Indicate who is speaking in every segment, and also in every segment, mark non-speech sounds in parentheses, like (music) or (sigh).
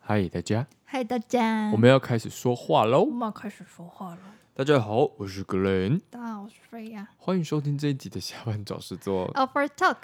Speaker 1: 嗨，大家，
Speaker 2: 嗨，大家，
Speaker 1: 我们要开始说话
Speaker 2: 我
Speaker 1: 喽！
Speaker 2: 们要开始说话了。
Speaker 1: 大家好，我是 Glen，
Speaker 2: 大家好，我是飞呀。
Speaker 1: 欢迎收听这一集的下班早市座。
Speaker 2: Offer Talk，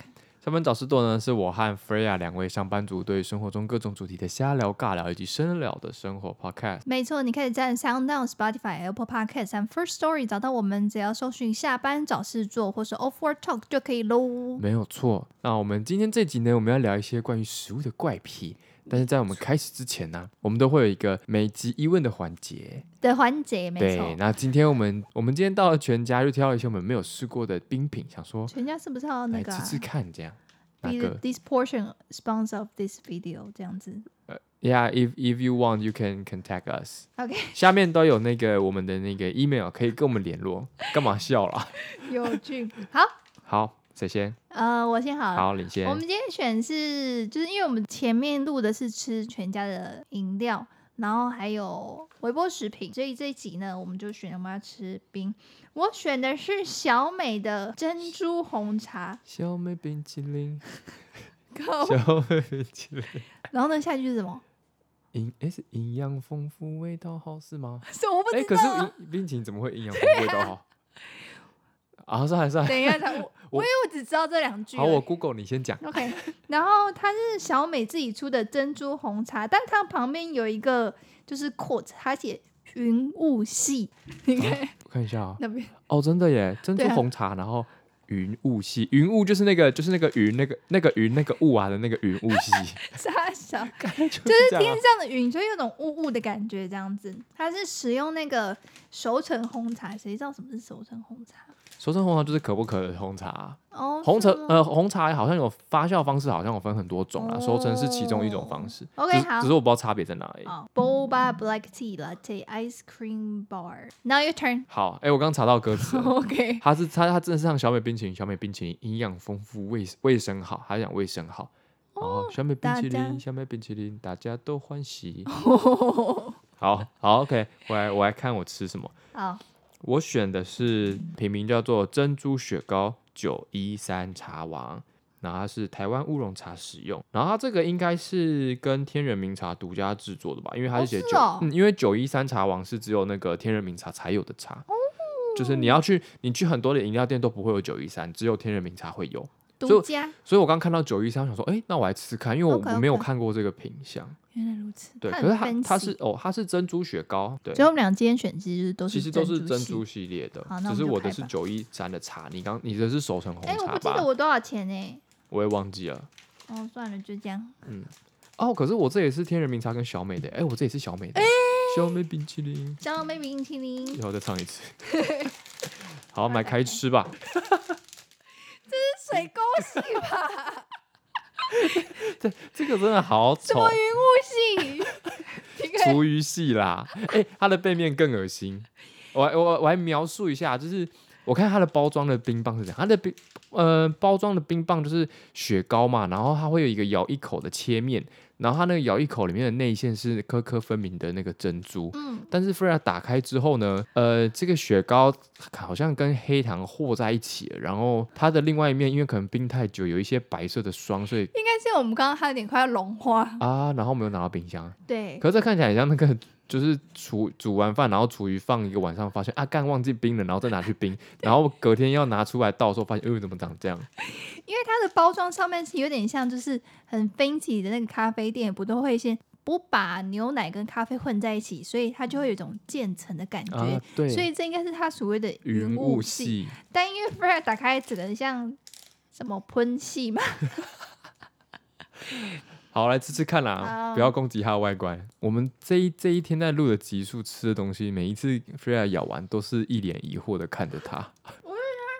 Speaker 1: 下班早市座呢，是我和 Freya 两位上班族对生活中各种主题的瞎聊、尬聊以及深聊的生活 Podcast。
Speaker 2: 没错，你可以在 SoundOn、Spotify、Apple Podcast 和 First Story 找到我们，只要搜寻“下班找事做”或是 Offer Talk 就可以喽。
Speaker 1: 没有错。那我们今天这集呢，我们要聊一些关于食物的怪癖。但是在我们开始之前呢，嗯我们都会有一个每集一问的环节。
Speaker 2: 的环节没
Speaker 1: 对，
Speaker 2: 错，
Speaker 1: 那今天我们我们今天到了全家，就挑了一些我们没有试过的冰品，想说
Speaker 2: 全家是不是要那
Speaker 1: 来
Speaker 2: 个、
Speaker 1: 吃
Speaker 2: 啊
Speaker 1: 吃看，这样。哪
Speaker 2: Be
Speaker 1: 个
Speaker 2: the- This portion sponsor of this video 这样子。 (laughs)
Speaker 1: Yeah, if if you want, you can contact us.
Speaker 2: OK
Speaker 1: 下面都有那个我们的那个 email 可以跟我们联络。干嘛笑啦？
Speaker 2: 有趣，好，
Speaker 1: (laughs) 好，谁先？
Speaker 2: 呃，我先好了。
Speaker 1: 好，领先
Speaker 2: 我。们今天选是，就是因为我们前面录的是吃全家的饮料，然后还有微波食品，所以这一集呢，我们就选我们要吃冰。我选的是小美的珍珠红茶，
Speaker 1: 小美冰淇淋，
Speaker 2: 靠
Speaker 1: 小美冰淇淋，
Speaker 2: 然后呢，下一句是什 (laughs) 么？
Speaker 1: 营诶是营养丰富，味道好是吗？
Speaker 2: 是我不
Speaker 1: 哎，
Speaker 2: 知
Speaker 1: 可是
Speaker 2: 道啊。
Speaker 1: 冰冰淇淋怎么会营养丰富，味道
Speaker 2: (laughs)
Speaker 1: 好？啊，算了算了，
Speaker 2: 等一下， (laughs) 他我我因为我只知道这两句而
Speaker 1: 好，
Speaker 2: 已。
Speaker 1: 我 Google 你先讲。
Speaker 2: OK，然 (laughs) 后它是小美自己出的珍珠红茶，但它旁边有一个就是 quote，它写云雾系，你看
Speaker 1: 我看一下啊，
Speaker 2: 那边。 (laughs)
Speaker 1: 哦，真的耶，珍珠
Speaker 2: 对啊
Speaker 1: 红茶，然后云雾系，云雾就是那个就是那个云那个那个云那个雾啊的那个云雾
Speaker 2: (laughs)
Speaker 1: 系。 (laughs)
Speaker 2: 傻小，
Speaker 1: 就
Speaker 2: 就是
Speaker 1: 这
Speaker 2: 天
Speaker 1: 样啊
Speaker 2: 上的云，就有种雾雾的感觉，这样子。它是使用那个熟成红茶，谁知道什么是熟成红茶？
Speaker 1: 熟成红茶就是可不可的红茶啊、
Speaker 2: 哦，
Speaker 1: 红茶
Speaker 2: 是吗
Speaker 1: 呃红茶好像有发酵方式，好像有分很多种啦，
Speaker 2: 哦
Speaker 1: 熟成是其中一种方式。
Speaker 2: OK，
Speaker 1: 只是
Speaker 2: 好
Speaker 1: 只是我不知道差别在哪里。。
Speaker 2: 哦，Boba Black Tea Latte Ice Cream Bar。Now your turn
Speaker 1: 好，哎、我刚查到歌词了，
Speaker 2: (laughs) OK，
Speaker 1: 它是它它真的是像小美冰淇淋，小美冰淇淋营养丰富，卫卫生好，还讲卫生好。然后小美冰淇
Speaker 2: 哦大家
Speaker 1: 淋，小美冰淇淋，大家都欢
Speaker 2: (laughs)
Speaker 1: 喜。好好，OK，我来我来看我吃什么。
Speaker 2: 好，
Speaker 1: 我选的是品名叫做珍珠雪糕九一三茶王，然后它是台湾乌龙茶使用，然后它这个应该是跟天人茗茶独家制作的吧，因为它
Speaker 2: 哦
Speaker 1: 是写
Speaker 2: 是
Speaker 1: 九、
Speaker 2: 哦
Speaker 1: 嗯，因为九一三茶王是只有那个天人茗茶才有的茶，
Speaker 2: 哦
Speaker 1: 就是你要去你去很多的饮料店都不会有九一三，只有天人茗茶会有，
Speaker 2: 独家，
Speaker 1: 所以我刚看到九一三，想说，哎，那我来吃吃看，因为我
Speaker 2: OK，OK
Speaker 1: 我没有看过这个品相，
Speaker 2: 原来如此。
Speaker 1: 对，
Speaker 2: 它
Speaker 1: 可是它
Speaker 2: 很
Speaker 1: 它
Speaker 2: fancy
Speaker 1: 是，哦，它是珍珠雪糕，对，
Speaker 2: 所以我们俩今天选其实都是
Speaker 1: 其实都是珍
Speaker 2: 嗯系
Speaker 1: 珠。系列的
Speaker 2: 好，那
Speaker 1: 只是
Speaker 2: 我们就
Speaker 1: 我的
Speaker 2: 开
Speaker 1: 是
Speaker 2: 吧
Speaker 1: 九一三的茶，你刚你的是熟成红
Speaker 2: 哎，我
Speaker 1: 茶
Speaker 2: 不记得
Speaker 1: 吧？
Speaker 2: 我多少钱呢？
Speaker 1: 我也忘记了。
Speaker 2: 哦，算了，就这样。
Speaker 1: 哦，可是我这也是天人茗茶跟小美
Speaker 2: (laughs)
Speaker 1: 的，哎，我这也是小美的，小美冰淇淋，
Speaker 2: 小美冰淇淋
Speaker 1: 以， (laughs) 后再唱一
Speaker 2: (laughs)
Speaker 1: 次。好，我们来开吃吧。
Speaker 2: 水沟系吧？
Speaker 1: 这个真的 (laughs)
Speaker 2: (laughs)
Speaker 1: 好
Speaker 2: 什
Speaker 1: 丑
Speaker 2: 么，云雾系？ (laughs) 你
Speaker 1: (laughs)
Speaker 2: 看
Speaker 1: 厨余系啦。哎，它的背面更恶心。我还我我还描述一下，就是我看它的包装的冰棒是这样，它的冰呃包装的冰棒就是雪糕嘛，然后它会有一个咬一口的切面，然后它那个咬一口里面的内馅是颗颗分明的那个珍珠。
Speaker 2: 嗯，
Speaker 1: 但是 Freya 打开之后呢，呃，这个雪糕好像跟黑糖和在一起了，然后它的另外一面因为可能冰太久，有一些白色的霜，所以
Speaker 2: 应该是我们刚刚还有点快要融化。
Speaker 1: 啊，然后没有拿到冰箱。
Speaker 2: 对，
Speaker 1: 可是这看起来很像那个，就是煮煮完饭，然后厨余放一个晚上，发现啊干忘记冰了，然后再拿去冰，然后隔天要拿出来倒的时候，发现，哎、呦怎么长这样？
Speaker 2: 因为它的包装上面是有点像，就是很 fancy 的那个咖啡店，不都会先不把牛奶跟咖啡混在一起，所以它就会有一种渐层的感觉。
Speaker 1: 啊，对，
Speaker 2: 所以这应该是它所谓的
Speaker 1: 云雾
Speaker 2: 雾系。
Speaker 1: 系，
Speaker 2: 但因为 Fred 打开只能像什么喷系嘛，
Speaker 1: 好来吃吃看啦，
Speaker 2: 好
Speaker 1: 不要攻击它的外观。我们这一这一天在录的集数吃的东西，每一次 Freya 咬完都是一脸疑惑的看着它。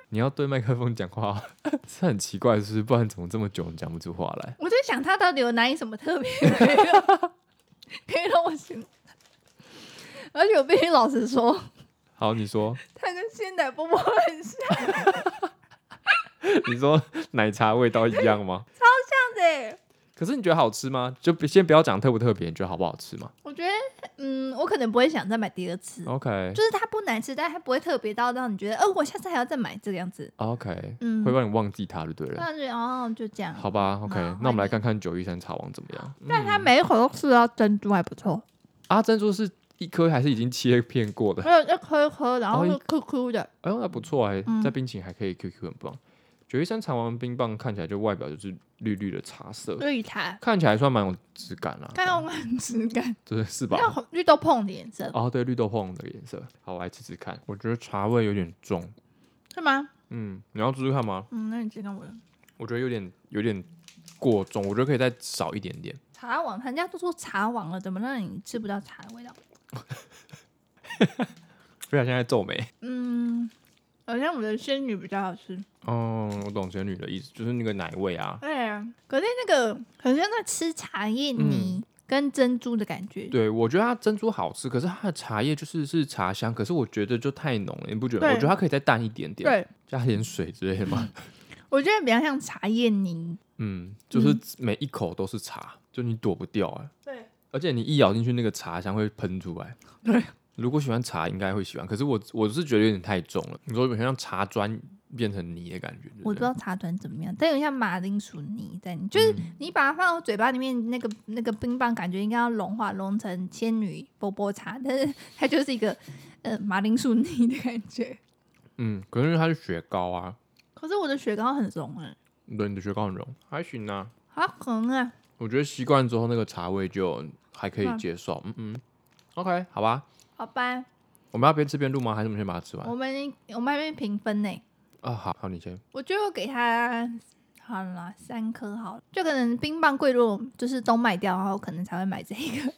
Speaker 1: 你要对麦克风讲话哦，是很奇怪，是不是？不然怎么这么久你讲不出话来？
Speaker 2: (laughs) 我在想它到底有哪里什么特别的味 (laughs) 道，可以让我形容。而且我必须老实说，
Speaker 1: 好，你说，
Speaker 2: 它跟鲜奶波波很像
Speaker 1: 你说奶茶味道一样吗？
Speaker 2: 的欸。
Speaker 1: 可是你觉得好吃吗？就不先不要讲特不特别，你觉得好不好吃嘛
Speaker 2: 我觉得，嗯，我可能不会想再买第二次。
Speaker 1: ？OK，
Speaker 2: 就是它不难吃，但它不会特别到让你觉得，哦，我下次还要再买这个样子。
Speaker 1: OK，
Speaker 2: 嗯，
Speaker 1: 会让你忘记它就对了。
Speaker 2: 那就哦，就这样。
Speaker 1: 好吧，OK，
Speaker 2: 好
Speaker 1: 那我们
Speaker 2: 换
Speaker 1: 来
Speaker 2: 你
Speaker 1: 看看九一三茶王怎么样。
Speaker 2: 但它
Speaker 1: 嗯
Speaker 2: 每一口都吃到珍珠，还不错，
Speaker 1: 啊，珍珠是一颗还是已经切片过的？
Speaker 2: 还有一颗一颗，然后
Speaker 1: 哦一
Speaker 2: 是 QQ 的，
Speaker 1: 哎呦，那不错哎、
Speaker 2: 嗯
Speaker 1: 在冰淇淋还可以 QQ 很棒。九一三茶王冰棒看起来就外表就是绿绿的茶色，
Speaker 2: 绿茶，
Speaker 1: 看起来算蛮有质感啦、
Speaker 2: 看到我很质感，
Speaker 1: 就是是吧？
Speaker 2: 那绿豆碰的颜色
Speaker 1: 哦，对，绿豆碰的颜色，好，我来吃吃看。我觉得茶味有点重，
Speaker 2: 是吗？
Speaker 1: 嗯，你要吃吃看吗？
Speaker 2: 嗯，那你吃跟我的
Speaker 1: 我觉得有点有点过重，我觉得可以再少一点点。
Speaker 2: 茶王，人家都说茶王了，怎么让你吃不到茶的味道？
Speaker 1: 菲亚现在皱眉。
Speaker 2: 嗯，好像我的仙女比较好吃。
Speaker 1: 嗯，我懂仙女的意思，就是那个奶味啊。
Speaker 2: 哎呀，可是那个好像在吃茶叶泥跟珍珠的感觉。
Speaker 1: 嗯对，我觉得它珍珠好吃，可是它的茶叶就是是茶香，可是我觉得就太浓了，你不觉得吗？
Speaker 2: 对
Speaker 1: 我觉得它可以再淡一点点，
Speaker 2: 对，
Speaker 1: 加点水之类的嘛。 (laughs)
Speaker 2: 我觉得比较像茶叶泥。
Speaker 1: 嗯，就是每一口都是茶，就你躲不掉哎、
Speaker 2: 对，
Speaker 1: 而且你一咬进去，那个茶香会喷出来。
Speaker 2: (laughs) 对，
Speaker 1: 如果喜欢茶，应该会喜欢。可是我我是觉得有点太重了，你说有点像茶砖变成泥的感觉。
Speaker 2: 我不知道茶团怎么样，但有点像马铃薯泥在
Speaker 1: 嗯
Speaker 2: 你，就是你把它放到嘴巴里面，那个那个冰棒感觉应该要融化，融成仙女波波茶，但是它就是一个呃马铃薯泥的感觉。
Speaker 1: 嗯，可是因为它是雪糕啊，
Speaker 2: (laughs) 可是我的雪糕很融哎、
Speaker 1: 对，你的雪糕很融，还行啊。
Speaker 2: 好红啊！
Speaker 1: 我觉得习惯之后，那个茶味就还可以
Speaker 2: 嗯
Speaker 1: 接受。嗯嗯，OK，好吧。
Speaker 2: 好吧，
Speaker 1: 我们要边吃边录吗？还是我们先把它吃完？
Speaker 2: 我们我们还没评分呢、欸
Speaker 1: 啊，好好，你先。
Speaker 2: 我觉得我给他好了三颗好了，就可能冰棒贵如果就是都卖掉，然后可能才会买这一个，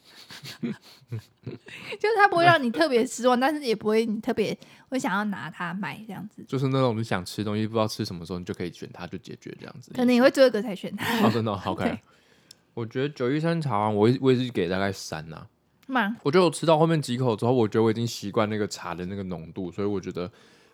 Speaker 2: (laughs) 就是它不会让你特别失望，但是也不会你特别会想要拿它买这样子，
Speaker 1: 就是那种你想吃东西不知道吃什么时候，你就可以选它就解决这样子。
Speaker 2: 可能也会最后一个才选它
Speaker 1: 哦，真
Speaker 2: (laughs)
Speaker 1: 的哦 OK
Speaker 2: 对。
Speaker 1: 我觉得九一三茶王，我也我也是给大概三呐、
Speaker 2: (laughs) 嘛。
Speaker 1: 我觉得我吃到后面几口之后，我觉得我已经习惯那个茶的那个浓度，所以我觉得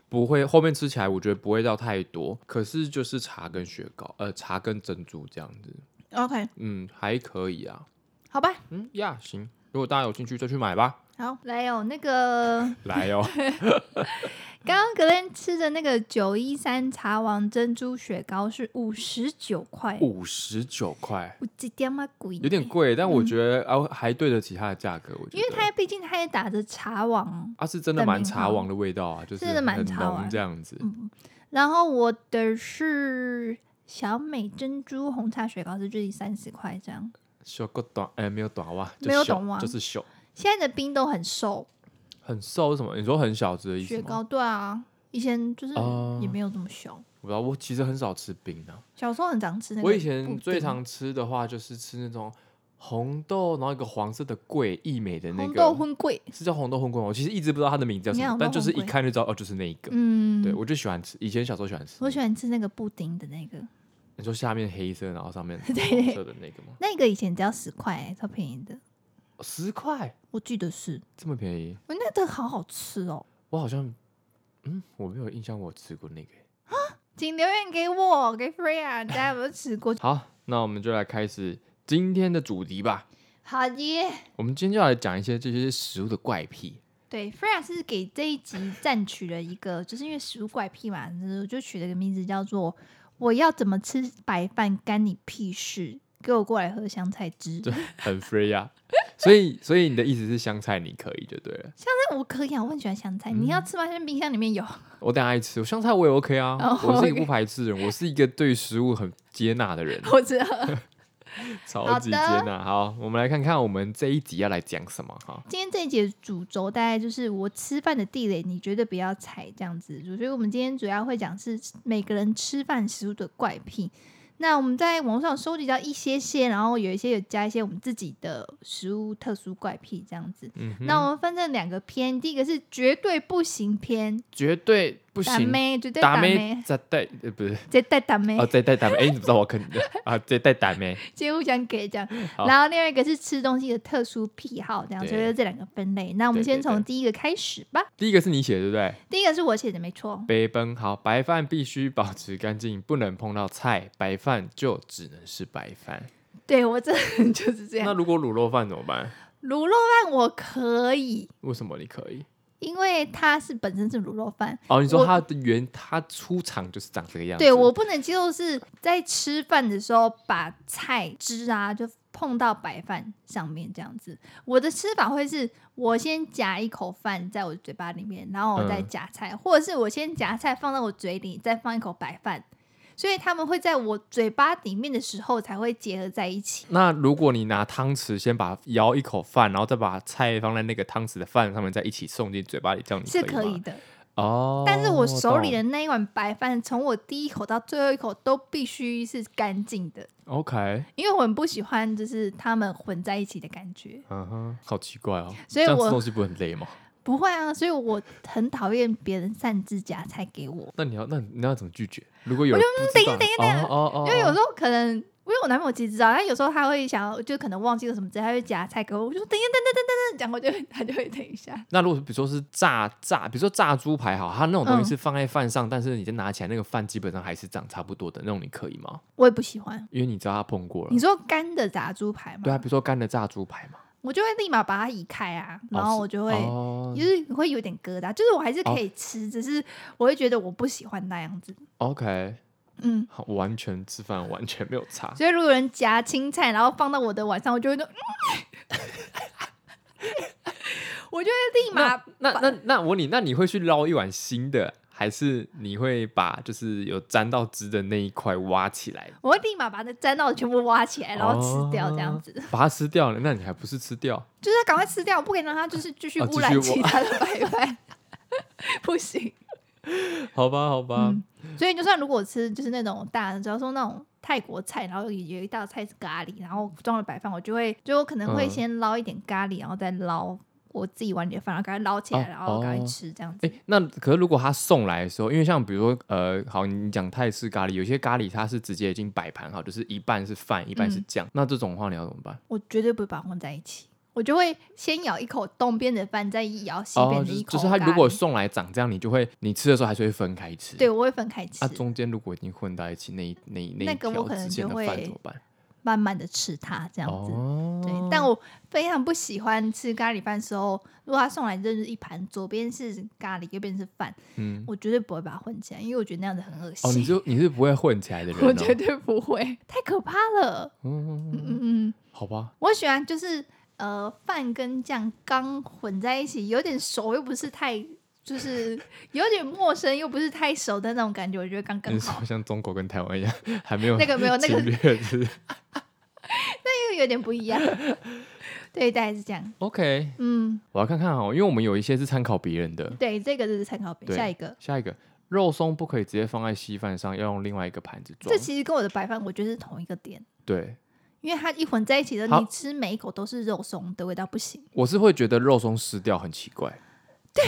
Speaker 1: 不会后面吃起来，我觉得不会到太多。可是就是茶跟雪糕，呃，茶跟珍珠这样子，
Speaker 2: OK，
Speaker 1: 嗯，还可以啊。
Speaker 2: 好吧，
Speaker 1: 嗯呀行，如果大家有兴趣就去买吧。
Speaker 2: 好来哦，那个
Speaker 1: 来哦，
Speaker 2: 刚刚格伦吃的那个九一三茶王珍珠雪糕是五十九块，
Speaker 1: (laughs) 五十九块，
Speaker 2: 我这点嘛贵，
Speaker 1: 哦有点，贵，但我觉得啊还对得起它的价格，我觉得。
Speaker 2: 嗯因为它毕竟它也打着茶王哦。
Speaker 1: 啊是真的
Speaker 2: 的
Speaker 1: 蛮
Speaker 2: 名
Speaker 1: 茶
Speaker 2: 号
Speaker 1: 王的味道啊，就是
Speaker 2: 真的
Speaker 1: 很
Speaker 2: 蛮茶嗯
Speaker 1: 浓
Speaker 2: 王
Speaker 1: 这样子。
Speaker 2: 然后我的是小美珍珠红茶雪糕，是最三十块这样。
Speaker 1: 小个短哎、没有短袜，就
Speaker 2: 没有
Speaker 1: 小
Speaker 2: 短袜
Speaker 1: 就是小，
Speaker 2: 现在的冰都很瘦，
Speaker 1: 很瘦是什么？你说很小只的意思
Speaker 2: 雪
Speaker 1: 吗？
Speaker 2: 糕对啊，以前就是
Speaker 1: 哦
Speaker 2: 也没有这么小，
Speaker 1: 我不知道，我其实很少吃冰的、
Speaker 2: 小时候很常吃那个。
Speaker 1: 我以前最常吃的话就是吃那种红豆，然后一个黄色的桂，益美的那
Speaker 2: 红豆
Speaker 1: 个
Speaker 2: 荤贵，
Speaker 1: 是叫红豆混桂吗？我其实一直不知道它的名字叫什
Speaker 2: 你看
Speaker 1: 么
Speaker 2: 红，豆
Speaker 1: 但就是
Speaker 2: 混
Speaker 1: 一
Speaker 2: 桂
Speaker 1: 看就知道哦，就是那一个。
Speaker 2: 嗯，
Speaker 1: 对，我就喜欢吃，以前小时候喜欢吃那个。
Speaker 2: 我喜欢吃那个布丁的那个，
Speaker 1: 你说下面黑色，然后上面
Speaker 2: (laughs) 对
Speaker 1: 红色的那个吗？
Speaker 2: 那个以前只要十块、欸超便宜的，
Speaker 1: 哦十块
Speaker 2: 我记得是，
Speaker 1: 这么便宜，
Speaker 2: 我那个好好吃哦，
Speaker 1: 我好像嗯，我没有印象我有吃过那个。？
Speaker 2: 请留言给我，给 Freya，大家有没有吃过 (laughs)
Speaker 1: 好，那我们就来开始今天的主题吧。
Speaker 2: 好的，
Speaker 1: 我们今天就要来讲一些这些食物的怪癖。
Speaker 2: 对，Freya 是给这一集暂取了一个，就是因为食物怪癖嘛，我就取了个名字叫做“我要怎么吃白饭干你屁事”，给我过来喝香菜汁。
Speaker 1: 对，很 free 啊。 (laughs) 所以，所以你的意思是香菜你可以就对了。
Speaker 2: 但我可以啊，我很喜欢香菜。你要吃吗？现在冰箱里面有。 (laughs)
Speaker 1: 我等下爱吃，我香菜我也 OK 啊。
Speaker 2: 哦
Speaker 1: 我是一个
Speaker 2: OK
Speaker 1: 不排斥的人，我是一个对食物很接纳的人，
Speaker 2: 我知道。
Speaker 1: 超级接纳。好，我们来看看我们这一集要来讲什么哈。
Speaker 2: 今天这一节主轴大概就是我吃饭的地雷，你绝对不要踩这样子。所以我们今天主要会讲是每个人吃饭食物的怪癖。那我们在网络上收集到一些些，然后有一些有加一些我们自己的食物特殊怪癖这样子。
Speaker 1: 嗯哼，
Speaker 2: 那我们分成两个篇，第一个是绝对不行篇，
Speaker 1: 绝对不
Speaker 2: 打
Speaker 1: 行，
Speaker 2: 妹绝对
Speaker 1: 打妹
Speaker 2: 妹，
Speaker 1: 再带呃不是
Speaker 2: 绝对打妹
Speaker 1: 哦，，再带打妹，哎，你怎么知道我坑你的啊？再带打妹，
Speaker 2: 接互相给这样。
Speaker 1: 好
Speaker 2: 然后另外一个是吃东西的特殊癖好，这样，
Speaker 1: 对
Speaker 2: 所以就这两个分类。那我们
Speaker 1: 对对
Speaker 2: 先从
Speaker 1: 对
Speaker 2: 第一个开始吧。
Speaker 1: 第一个是你写的对不对？
Speaker 2: 第一个是我写的，没错。
Speaker 1: 北奔好，白饭必须保持干净，不能碰到菜，白饭就只能是白饭。
Speaker 2: 对我这 (laughs) 就是这
Speaker 1: 那
Speaker 2: 样。
Speaker 1: 如果卤肉饭怎么办？
Speaker 2: 卤肉饭我可以，
Speaker 1: 为什么你可以？
Speaker 2: 因为它是本身是卤肉饭，
Speaker 1: 哦，你说
Speaker 2: 我
Speaker 1: 它的原它出厂就是长这个样子，
Speaker 2: 对我不能接受是在吃饭的时候把菜汁啊就碰到白饭上面这样子。我的吃法会是我先夹一口饭在我嘴巴里面，然后我再
Speaker 1: 嗯
Speaker 2: 夹菜，或者是我先夹菜放到我嘴里，再放一口白饭。所以他们会在我嘴巴里面的时候才会结合在一起。
Speaker 1: 那如果你拿汤匙先把舀一口饭，然后再把菜放在那个汤匙的饭上面，再一起送进嘴巴里，这样你
Speaker 2: 是
Speaker 1: 可
Speaker 2: 可
Speaker 1: 以
Speaker 2: 以
Speaker 1: 吗
Speaker 2: 的，
Speaker 1: 哦。
Speaker 2: 但是我手里的
Speaker 1: 懂
Speaker 2: 那一碗白饭，从我第一口到最后一口都必须是干净的，
Speaker 1: OK，
Speaker 2: 因为我很不喜欢就是他们混在一起的感觉。
Speaker 1: 嗯哼，好奇怪哦。
Speaker 2: 所以
Speaker 1: 这样
Speaker 2: 我
Speaker 1: 吃东西不会很累吗？
Speaker 2: 不会啊，所以我很讨厌别人擅自夹菜给我，
Speaker 1: 那你要那你要怎么拒绝？如果有人不
Speaker 2: 等一
Speaker 1: 知道
Speaker 2: 嗯等一等
Speaker 1: 哦哦哦，
Speaker 2: 因为有
Speaker 1: 哦
Speaker 2: 时候可能，因为我男朋友其实知道，但有时候他会想要，就可能忘记了什么之类，他会夹菜给我，我就说等一下，等等等等等，讲我就会他就会等一下。
Speaker 1: 那如果比如说是炸炸，比如说炸猪排好，它那种东
Speaker 2: 嗯
Speaker 1: 西是放在饭上，但是你再拿起来，那个饭基本上还是长差不多的那种，你可以吗？
Speaker 2: 我也不
Speaker 1: (laughs)
Speaker 2: 喜欢。
Speaker 1: 因为你知道它碰过了
Speaker 2: 你。说干的炸猪排吗？
Speaker 1: 对啊，比如说干的炸猪排嘛，
Speaker 2: 我就会立马把它移开啊，然后
Speaker 1: 是
Speaker 2: 我就会。
Speaker 1: 哦
Speaker 2: 就是会有点疙瘩，就是我还是
Speaker 1: 哦
Speaker 2: 可以吃，只是我会觉得我不喜欢那样子。
Speaker 1: ，OK，
Speaker 2: 嗯，
Speaker 1: 好，完全吃饭完全没有差，
Speaker 2: 所以如果有人夹青菜，然后放到我的碗上，我就会说，嗯 (laughs) 我就会立马
Speaker 1: 那那那那我问你，那你会去捞一碗新的，还是你会把就是有沾到汁的那一块挖起来，
Speaker 2: 我会立马把那沾到的全部挖起来，然后吃掉这样子，
Speaker 1: 把它吃掉了？那你还不是吃掉？
Speaker 2: 就是要赶快吃掉，我不可以让它就是继续
Speaker 1: 哦
Speaker 2: 污
Speaker 1: 继续
Speaker 2: 染
Speaker 1: 挖
Speaker 2: 其他的白饭， (laughs)
Speaker 1: (laughs)
Speaker 2: 不行。
Speaker 1: 好吧，好吧，
Speaker 2: 嗯，所以就算如果我吃就是那种大，只要说那种泰国菜，然后有一道菜是咖喱，然后装了白饭，我就会就我可能会
Speaker 1: 嗯
Speaker 2: 先捞一点咖喱，然后再捞我自己碗里的饭，然后赶快捞起来，
Speaker 1: 哦
Speaker 2: 然后赶
Speaker 1: 哦
Speaker 2: 快吃这样子。
Speaker 1: 哎、那可是如果他送来的时候，因为像比如说，呃，好，你讲泰式咖喱，有些咖喱它是直接已经摆盘好，就是一半是饭，一半是
Speaker 2: 嗯
Speaker 1: 酱，那这种的话你要怎么办？
Speaker 2: 我绝对不会把它混在一起，我就会先咬一口东边的饭，再咬西
Speaker 1: 哦，
Speaker 2: 边的
Speaker 1: 就是
Speaker 2: 一口
Speaker 1: 就
Speaker 2: 咖喱、
Speaker 1: 是他如果送来长这样，你就会你吃的时候还是会分开吃。
Speaker 2: 对，我会分开吃，
Speaker 1: 啊，中间如果已经混在一起，那一那一那
Speaker 2: 那
Speaker 1: 一
Speaker 2: 个我
Speaker 1: 条
Speaker 2: 可能
Speaker 1: 之间
Speaker 2: 就
Speaker 1: 的
Speaker 2: 会
Speaker 1: 饭怎么办？
Speaker 2: 慢慢的吃它这样子。
Speaker 1: 哦，
Speaker 2: 对，但我非常不喜欢吃咖喱饭的时候，如果他送来就是一盘，左边是咖喱，右边是饭，
Speaker 1: 嗯，
Speaker 2: 我绝对不会把它混起来，因为我觉得那样子很恶心。
Speaker 1: 哦，你就你是不会混起来的人、哦，
Speaker 2: 我绝对不会，太可怕了。
Speaker 1: 嗯，
Speaker 2: 嗯嗯嗯，
Speaker 1: 好吧，
Speaker 2: 我喜欢就是呃饭跟酱刚混在一起，有点熟又不是太。就是有点陌生又不是太熟的那种感觉，我觉得刚刚
Speaker 1: 你
Speaker 2: 好。
Speaker 1: 说像中国跟台湾一样， (laughs) 还没有
Speaker 2: 那
Speaker 1: (laughs)
Speaker 2: 个没有那个
Speaker 1: 侵略是
Speaker 2: 那个有点不一样。 (laughs) 对，大概是这样。
Speaker 1: OK，
Speaker 2: 嗯，
Speaker 1: 我要看看哦，因为我们有一些是参考别人的。
Speaker 2: 对，这个就是参考品。
Speaker 1: 对
Speaker 2: 下一个，
Speaker 1: 下一个，肉松不可以直接放在稀饭上，要用另外一个盘子装
Speaker 2: 这。其实跟我的白饭我觉得是同一个点，
Speaker 1: 对，
Speaker 2: 因为它一混在一起的，
Speaker 1: 好
Speaker 2: 你吃每一口都是肉松的味道，不行。
Speaker 1: 我是会觉得肉松湿掉很奇怪。
Speaker 2: 对，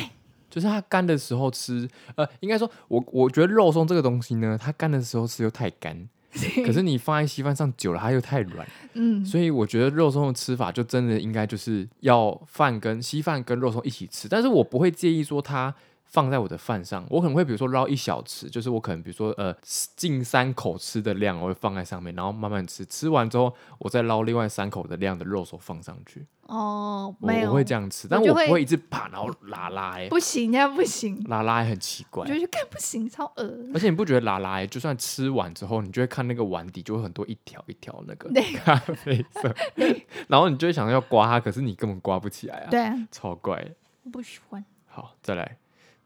Speaker 1: 就是它干的时候吃，呃，应该说我我觉得肉松这个东西呢，它干的时候吃又太干， (laughs)
Speaker 2: (laughs)
Speaker 1: 可是你放在稀饭上久了，它又太软。
Speaker 2: 嗯，
Speaker 1: 所以我觉得肉松的吃法就真的应该就是要饭跟稀饭跟肉松一起吃，但是我不会介意说它放在我的饭上，我可能会比如说捞一小匙，就是我可能比如说呃近三口吃的量我会放在上面，然后慢慢吃，吃完之后我再捞另外三口的量的肉松放上去，
Speaker 2: 哦，
Speaker 1: 我
Speaker 2: 没有，
Speaker 1: 我会这样吃，但
Speaker 2: 我就
Speaker 1: 我
Speaker 2: 会
Speaker 1: 不会一直啪然后拉拉欸，
Speaker 2: 不行，那不行，
Speaker 1: 拉拉欸很奇
Speaker 2: 我
Speaker 1: 怪
Speaker 2: 觉。得就看不行，超恶。
Speaker 1: 而且你不觉得拉拉欸，就算吃完之后，你就会看那个碗底就会很多一条一条那个
Speaker 2: 对
Speaker 1: 咖啡
Speaker 2: (laughs)
Speaker 1: 色，然后你就会想要刮它，可是你根本刮不起来啊。
Speaker 2: 对啊，
Speaker 1: 超怪。
Speaker 2: 我不喜欢
Speaker 1: 好，再来，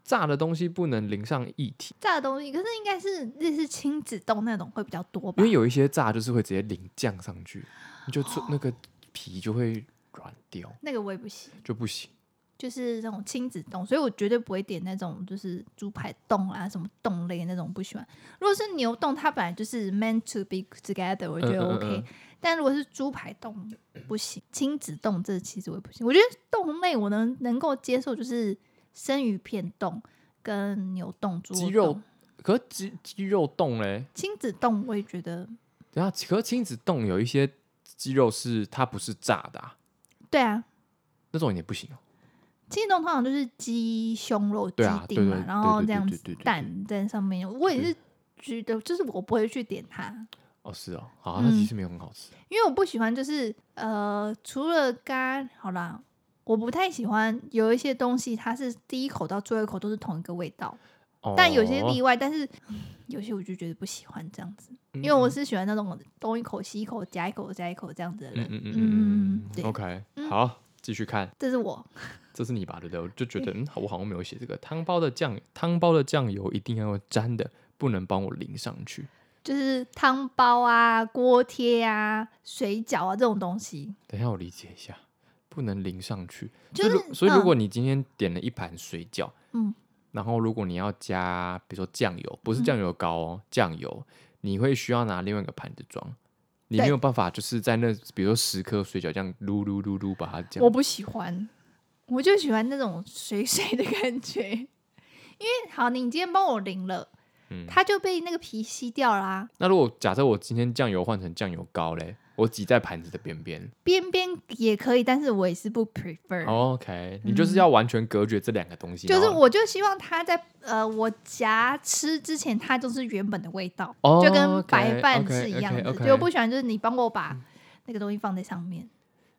Speaker 1: 炸的东西不能淋上液体，
Speaker 2: 炸的东西，可是应该是类似亲子冻那种会比较多吧
Speaker 1: 因为？有一些炸就是会直接淋酱上去，你就出那个皮就会软掉，
Speaker 2: 那个我也不行，
Speaker 1: 就不行。
Speaker 2: 就是那种亲子冻，所以我绝对不会点那种就是猪排冻啊、什么冻类那种不喜欢。如果是牛冻，它本来就是 meant to be together，我觉得
Speaker 1: 嗯嗯嗯
Speaker 2: OK。但如果是猪排冻，不行，亲子冻这其实我也不行。我觉得冻类我能能够接受，就是生鱼片冻跟牛冻、猪
Speaker 1: 鸡
Speaker 2: 肉
Speaker 1: 肉
Speaker 2: 冻，
Speaker 1: 可是鸡鸡肉冻嘞，
Speaker 2: 亲子冻我也觉得
Speaker 1: 等一下，可是亲子冻有一些鸡肉是它不是炸的、啊，
Speaker 2: 对啊，
Speaker 1: 那种也不行哦。
Speaker 2: 鸡冻通常就是鸡胸肉、鸡
Speaker 1: 对啊
Speaker 2: 丁嘛，
Speaker 1: 对对
Speaker 2: 然后
Speaker 1: 对对
Speaker 2: 这样
Speaker 1: 对
Speaker 2: 子
Speaker 1: 对对对
Speaker 2: 蛋在上面。我也
Speaker 1: 对
Speaker 2: 是觉得，就是我不会去点它，
Speaker 1: 哦，是哦，
Speaker 2: 嗯
Speaker 1: 好，它其实没有很好吃。
Speaker 2: 因为我不喜欢，就是呃，除了咖，好啦，我不太喜欢有一些东西，它是第一口到最后一口都是同一个味道，
Speaker 1: 哦
Speaker 2: 但有些例外，但是嗯有些我就觉得不喜欢这样子，
Speaker 1: 因
Speaker 2: 因为我是喜欢那种东一口西一口夹一口夹一口这样子的
Speaker 1: 嗯
Speaker 2: 人。
Speaker 1: 嗯嗯
Speaker 2: 嗯
Speaker 1: 嗯嗯
Speaker 2: 对
Speaker 1: ，OK，
Speaker 2: 嗯
Speaker 1: 好，继续看，
Speaker 2: 这是我，
Speaker 1: 这是你吧，对不对？我就觉得，嗯，好我好像没有写这个汤包的酱，汤包的酱油一定要用沾的，不能帮我淋上去。
Speaker 2: 就是汤包啊、锅贴啊、水饺啊这种东西，
Speaker 1: 等一下，我理解一下，不能淋上去。
Speaker 2: 就是
Speaker 1: 如所以，如
Speaker 2: 嗯
Speaker 1: 果你今天点了一盘水饺，
Speaker 2: 嗯，
Speaker 1: 然后如果你要加，比如说酱油，不是酱油膏哦，酱、油，你会需要拿另外一个盘子装。你
Speaker 2: 对
Speaker 1: 没有办法，就是在那，比如说十颗水饺这样撸撸撸撸把它这
Speaker 2: 我
Speaker 1: 样。
Speaker 2: 不喜欢，我就喜欢那种水水的感觉。因为好，你今天帮我淋了，
Speaker 1: 嗯
Speaker 2: 它就被那个皮吸掉啦、
Speaker 1: 那如果假设我今天酱油换成酱油膏嘞，我挤在盘子的边边。
Speaker 2: 边边也可以，但是我也是不 prefer。
Speaker 1: 哦 OK，你就是要完全隔绝这两个东西。
Speaker 2: 嗯就是
Speaker 1: 然后
Speaker 2: 我就希望它在呃我夹吃之前，它就是原本的味道，
Speaker 1: 哦
Speaker 2: 就跟
Speaker 1: OK，
Speaker 2: 白饭
Speaker 1: OK，嗯
Speaker 2: 是一样的。
Speaker 1: OK，OK
Speaker 2: 就我不喜欢就是你帮我把那个东西放在上面。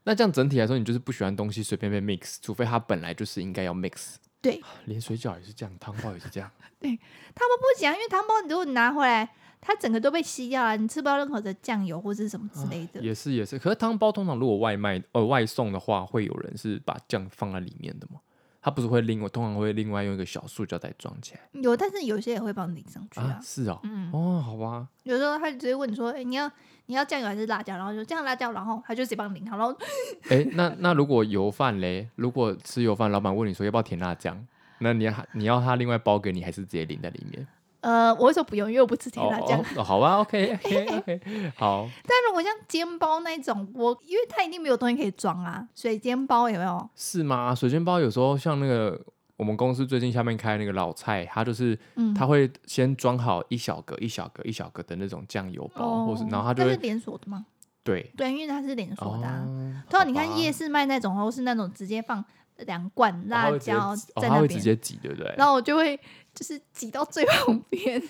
Speaker 1: 那这样整体来说，你就是不喜欢东西随便被 mix，除非它本来就是应该要 mix。
Speaker 2: 对，
Speaker 1: 连水饺也是这样，汤包也是这
Speaker 2: (laughs)
Speaker 1: 样。
Speaker 2: 汤包不讲，因为汤包如果你拿回来，它整个都被吸掉了，你吃不到任何的酱油或者是什么之
Speaker 1: 啊
Speaker 2: 类的。
Speaker 1: 也是也是，可是汤包通常如果外卖呃外送的话，会有人是把酱放在里面的吗？它不是会另外通常会另外用一个小塑胶袋装起来
Speaker 2: 有，但是有些也会帮你淋上去啊。
Speaker 1: 是哦，
Speaker 2: 嗯，
Speaker 1: 哦，好吧，
Speaker 2: 有时候他就直接问你说：“哎、你要你要酱油还是辣椒？”然后就这样辣椒，然后他就直接帮你淋好，然后
Speaker 1: (laughs) 哎，那那如果油饭嘞，如果吃油饭，老板问你说要不要甜辣酱，那你要你要他另外包给你，还是直接淋在里面？
Speaker 2: 呃，我会说不用，因为我不吃甜辣酱。
Speaker 1: 哦哦，好吧，OK OK OK，好， (laughs)
Speaker 2: 但如果像煎包那种，我因为它一定没有东西可以装啊，水煎包有没有？
Speaker 1: 是吗？水煎包有时候像那个我们公司最近下面开那个老蔡，他就是
Speaker 2: 嗯，
Speaker 1: 他会先装好一小格、一小格、一小格的那种酱油包，哦或是然后他就
Speaker 2: 哦它是
Speaker 1: 会
Speaker 2: 连锁的吗？
Speaker 1: 对，
Speaker 2: 对，因为它是连锁的、啊。
Speaker 1: 哦
Speaker 2: 通常你看夜
Speaker 1: 市
Speaker 2: 市卖那种，都是那种直接放两罐辣椒
Speaker 1: 哦，
Speaker 2: 在
Speaker 1: 他
Speaker 2: 那
Speaker 1: 会直
Speaker 2: 边，
Speaker 1: 接挤，对不对？
Speaker 2: 然后我就会就是挤到最旁
Speaker 1: (laughs)
Speaker 2: 边，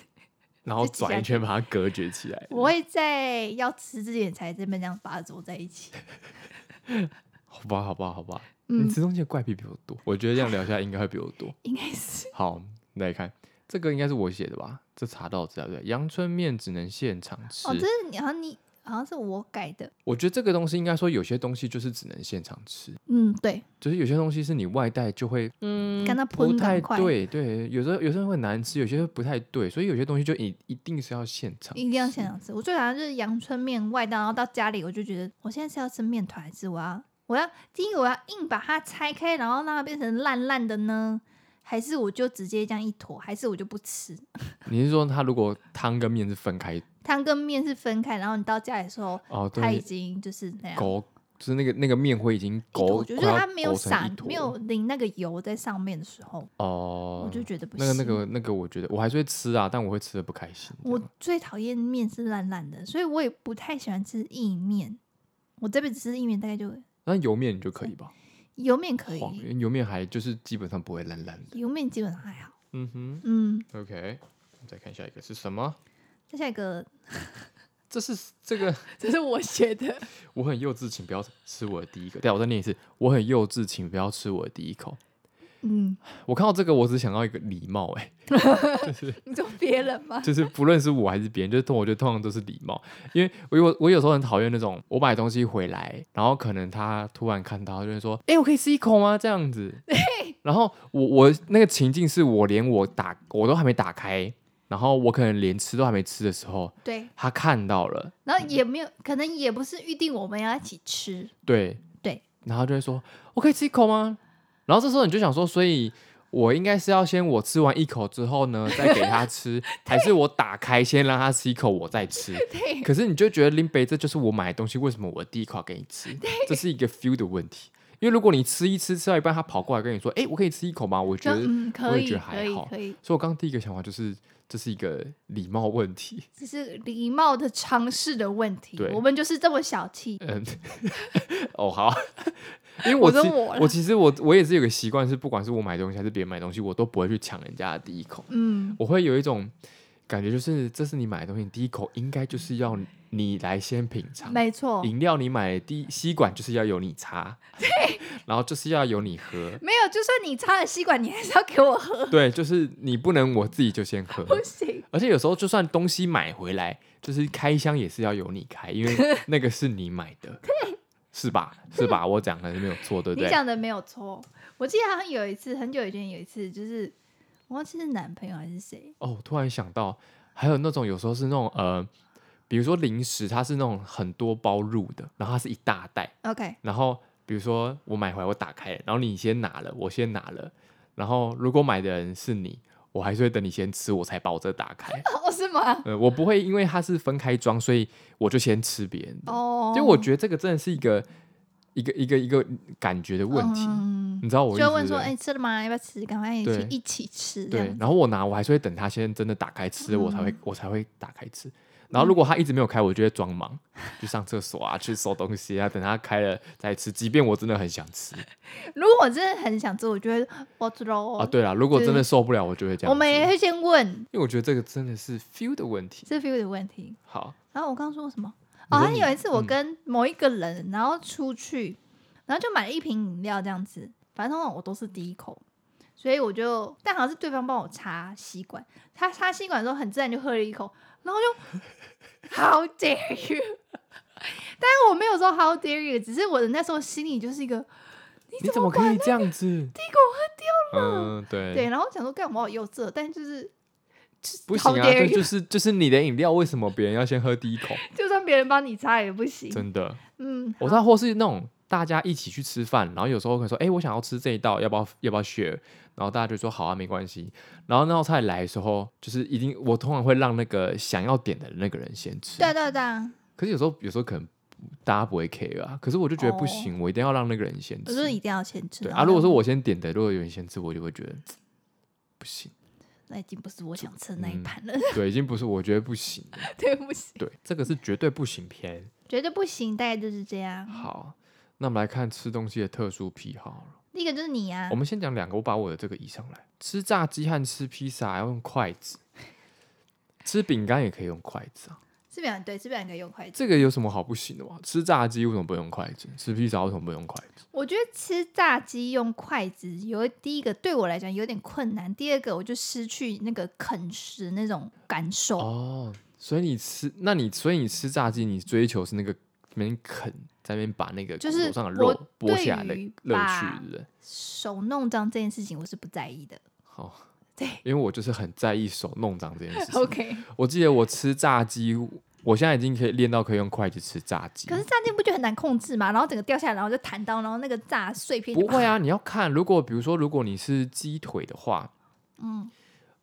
Speaker 1: 然后
Speaker 2: 就挤下
Speaker 1: 转一圈把它隔绝起来。
Speaker 2: 我会在要吃之前才这边这样把它揉在一
Speaker 1: (laughs)
Speaker 2: 起。
Speaker 1: 好吧，好吧，好吧，你
Speaker 2: 嗯，
Speaker 1: 吃东西的怪癖比我多，我觉得这样聊下来应该会比我多。
Speaker 2: 应该是
Speaker 1: 好，来看这个应该是我写的吧？这查到资料对不对，阳春面只能现场吃。
Speaker 2: 哦，这是你好像你好像是我改的，
Speaker 1: 我觉得这个东西应该说有些东西就是只能现场吃，
Speaker 2: 嗯，对，
Speaker 1: 就是有些东西是你外带就会嗯
Speaker 2: 跟它
Speaker 1: 不
Speaker 2: 喷
Speaker 1: 太
Speaker 2: 赶快，
Speaker 1: 对，对，有时候有时候会难吃，有些不太对，所以有些东西就一一定是要现场，
Speaker 2: 一定要现。场吃。我最讨厌就是阳春面外带，然后到家里我就觉得，我现在是要吃面团，还是我要我要第一个我要硬把它拆开，然后让它变成烂烂的呢？还是我就直接这样一坨？还是我就不吃？
Speaker 1: 你是说它如果汤跟面是分开
Speaker 2: 汤跟面是分开，然后你到家里的时候，
Speaker 1: 哦？
Speaker 2: 它已
Speaker 1: 对，
Speaker 2: 经就是那样。
Speaker 1: 勾就是那个那个面会已经
Speaker 2: 一坨
Speaker 1: 勾，
Speaker 2: 我觉得
Speaker 1: 快要
Speaker 2: 它没有
Speaker 1: 勾成一
Speaker 2: 撒，
Speaker 1: 坨
Speaker 2: 没有淋那个油在上面的时候，
Speaker 1: 哦。
Speaker 2: 我就觉得不
Speaker 1: 那
Speaker 2: 行。
Speaker 1: 个那个那个，我觉得我还是会吃啊，但我会吃的不开心。这
Speaker 2: 我
Speaker 1: 样
Speaker 2: 最讨厌面是烂烂的，所以我也不太喜欢吃意面。我这辈子吃意面大概就
Speaker 1: 那油面你就可以吧，
Speaker 2: 油面可
Speaker 1: 黄
Speaker 2: 以，
Speaker 1: 油面还就是基本上不会烂烂的。
Speaker 2: 油面基本上还好。
Speaker 1: 嗯
Speaker 2: 嗯，
Speaker 1: 哼，OK，我们再看下一个是什么？
Speaker 2: 再下一个，
Speaker 1: 这是 (laughs) 这个
Speaker 2: 这是我写的。
Speaker 1: 我很幼稚，请不要吃我的第一个。对，我再念一次，我很幼稚，请不要吃我的第一口。 (laughs)
Speaker 2: 嗯，
Speaker 1: 我看到这个，我只想到一个礼貌、欸，就是
Speaker 2: 你说别人吗？
Speaker 1: 就是不论是我还是别人，就是通我觉得通常都是礼貌，因为我有我有时候很讨厌那种我买东西回来，然后可能他突然看到就会说，哎、我可以吃一口吗？这样子，然后我我那个情境是我连我打我都还没打开，然后我可能连吃都还没吃的时候，
Speaker 2: 对，
Speaker 1: 他看到了，
Speaker 2: 然后也没有，可能也不是预定我们要一起
Speaker 1: (laughs)
Speaker 2: 吃。
Speaker 1: 对
Speaker 2: 对，
Speaker 1: 然后就会说：“我可以吃一口吗？”然后这时候你就想说，所以我应该是要先我吃完一口之后呢，再给他吃，还是我打开先让他吃一口，我再吃？
Speaker 2: 对，
Speaker 1: 可是你就觉得林北这就是我买的东西，为什么我第一口要给你吃？这是一个 feel 的问题。因为如果你吃一吃吃到一半，他跑过来跟你说：“哎、我可以吃一口吗？”我觉
Speaker 2: 就
Speaker 1: 得，
Speaker 2: 嗯，
Speaker 1: 我
Speaker 2: 可
Speaker 1: 也
Speaker 2: 以，
Speaker 1: 觉得还
Speaker 2: 可以
Speaker 1: 好，
Speaker 2: 可以，
Speaker 1: 所以我刚刚第一个想法就是，这是一个礼貌问
Speaker 2: (laughs)
Speaker 1: 题。
Speaker 2: 这是礼貌的尝试的问题
Speaker 1: 对。
Speaker 2: 我们就是这么小气。
Speaker 1: 嗯， (laughs) 哦好， (laughs) 因为
Speaker 2: 我
Speaker 1: 自
Speaker 2: 说我啦
Speaker 1: 我其实我我也是有个习惯，是不管是我买东西还是别人买东西，我都不会去抢人家的第一口，
Speaker 2: 嗯，
Speaker 1: 我会有一种感觉就是这是你买的东西，第一口应该就是要你来先品尝。
Speaker 2: 没错，
Speaker 1: 饮料你买的第一吸管就是要由你擦， (laughs) 然后就是要由你喝，
Speaker 2: (laughs) 没有，就算你插了吸管，你还是要给我喝，
Speaker 1: 对，就是你不能我自己就先喝。
Speaker 2: 不行。
Speaker 1: 而且有时候就算东西买回来，就是开箱也是要由你开，
Speaker 2: (laughs)
Speaker 1: 因为那个是你买的，是吧？是吧？我讲的没有错，对不
Speaker 2: 你
Speaker 1: 对？
Speaker 2: 讲的没有错，我记得好像有一次，很久以前有一次，就是我忘记是男朋友还是谁，
Speaker 1: 哦，我突然想到，还有那种有时候是那种呃，比如说零食，它是那种很多包入的，然后它是一大袋，
Speaker 2: OK， (laughs)
Speaker 1: 然后比如说我买回来我打开了，然后你先拿了，我先拿了，然后如果买的人是你，我还是会等你先吃，我才把我这打开。 (laughs)
Speaker 2: 哦，是吗？
Speaker 1: 呃，我不会因为它是分开装，所以我就先吃别人的。
Speaker 2: 哦，
Speaker 1: 就我觉得这个真的是一个一个一个一个感觉的问题，
Speaker 2: 嗯
Speaker 1: 你知道我意
Speaker 2: 就
Speaker 1: 思
Speaker 2: 会问
Speaker 1: 对
Speaker 2: 说，
Speaker 1: 不对
Speaker 2: 哎、吃了吗？要不要吃？赶快一
Speaker 1: 对
Speaker 2: 起一起吃，这
Speaker 1: 对
Speaker 2: 样，子。嗯
Speaker 1: 然后我拿，我还是会等他先真的打开吃，我才会我才会打开吃。然后如果他一直没有开，我就会装忙，去上厕所啊，去收东西啊，等他开了再吃。即便我真的很想吃
Speaker 2: 如果我真的很想吃，我觉得我知道
Speaker 1: 啊，对啦，如果
Speaker 2: 就
Speaker 1: 真的受不了，我就会这样。
Speaker 2: 我们也，会先问
Speaker 1: 因为我觉得这个真的是 feel 的问题。
Speaker 2: 这 feel 的问题。
Speaker 1: 好，
Speaker 2: 然后我刚刚说什么？
Speaker 1: 你
Speaker 2: 哦，
Speaker 1: 说
Speaker 2: 还
Speaker 1: 你
Speaker 2: 有一次我
Speaker 1: 嗯
Speaker 2: 跟某一个人，然后出去，然后就买了一瓶饮料这样子，反正通常我都是第一口，所以我就，但好像是对方帮我插吸管，他插吸管的时候很自然就喝了一口，然后就 How dare you！但是我没有说 How dare you，只是我的那时候心里就是一个
Speaker 1: 你怎么可以这样子？
Speaker 2: 第一口
Speaker 1: 嗯，对，
Speaker 2: 对，然后我想说干嘛我好幼稚哦，但就是
Speaker 1: 不
Speaker 2: How
Speaker 1: 行啊，
Speaker 2: dare
Speaker 1: 这
Speaker 2: you
Speaker 1: 就是就是你的饮料，为什么别人要先喝第一
Speaker 2: (laughs)
Speaker 1: 口？
Speaker 2: 就算别人帮你擦也不行，
Speaker 1: 真的。
Speaker 2: 嗯，
Speaker 1: 我知道，或是那种大家一起去吃饭，然后有时候可能说，哎、我想要吃这一道，要不要要不要 share？然后大家就说好啊，没关系。然后那道菜来的时候，就是一定我通常会让那个想要点的那个人先吃。
Speaker 2: 对对对啊，
Speaker 1: 可是有时候有时候可能大家不会 care 啊，可是我就觉得不
Speaker 2: 哦
Speaker 1: 行，我一定要让那个人先
Speaker 2: 我说
Speaker 1: 吃。
Speaker 2: 一定要先吃
Speaker 1: 对
Speaker 2: 然
Speaker 1: 啊，
Speaker 2: 后
Speaker 1: 如果
Speaker 2: 再
Speaker 1: 说我先点的，如果有人先吃，我就会觉得嘖不行。
Speaker 2: 那已经不是我想吃的那一
Speaker 1: 嗯
Speaker 2: 盘了，
Speaker 1: 对，已经不是我觉得不行了。
Speaker 2: 对不起，
Speaker 1: 对，这个是绝对不行偏。
Speaker 2: 绝对不行，大概就是这样。
Speaker 1: 好，那我们来看吃东西的特殊癖好了。
Speaker 2: 第一个就是你啊
Speaker 1: 我，们先讲两个，我把我的这个移上来。吃炸鸡和吃披萨要用筷子，吃饼干也可以用筷子啊。
Speaker 2: 这边对，这边可以用筷子。
Speaker 1: 这个有什么好不行的吗？吃炸鸡为什么不用筷子？吃披萨为什么不用筷子？
Speaker 2: 我觉得吃炸鸡用筷子有第一个对我来讲有点困难，第二个我就失去那个啃食那种感受。
Speaker 1: 哦，所以你吃，那你所以你吃炸鸡，你追求是那个那边啃，在那边把那个
Speaker 2: 就
Speaker 1: 骨
Speaker 2: 是
Speaker 1: 头上的
Speaker 2: 我
Speaker 1: 肉剥下来的
Speaker 2: 对于
Speaker 1: 乐
Speaker 2: 把
Speaker 1: 趣，对不对？
Speaker 2: 手弄脏这件事情我是不在意的。
Speaker 1: 好，
Speaker 2: 对
Speaker 1: 因为我就是很在意手弄脏这件事
Speaker 2: (laughs)
Speaker 1: 情。
Speaker 2: OK，
Speaker 1: 我记得我吃炸鸡，我现在已经可以练到可以用筷子吃炸鸡
Speaker 2: 可。是炸鸡不就很难控制嘛？然后整个掉下来，然后就弹到，然后那个炸碎片就
Speaker 1: 不会，啊，你要看，如果比如说，如果你是鸡腿的话，
Speaker 2: 嗯，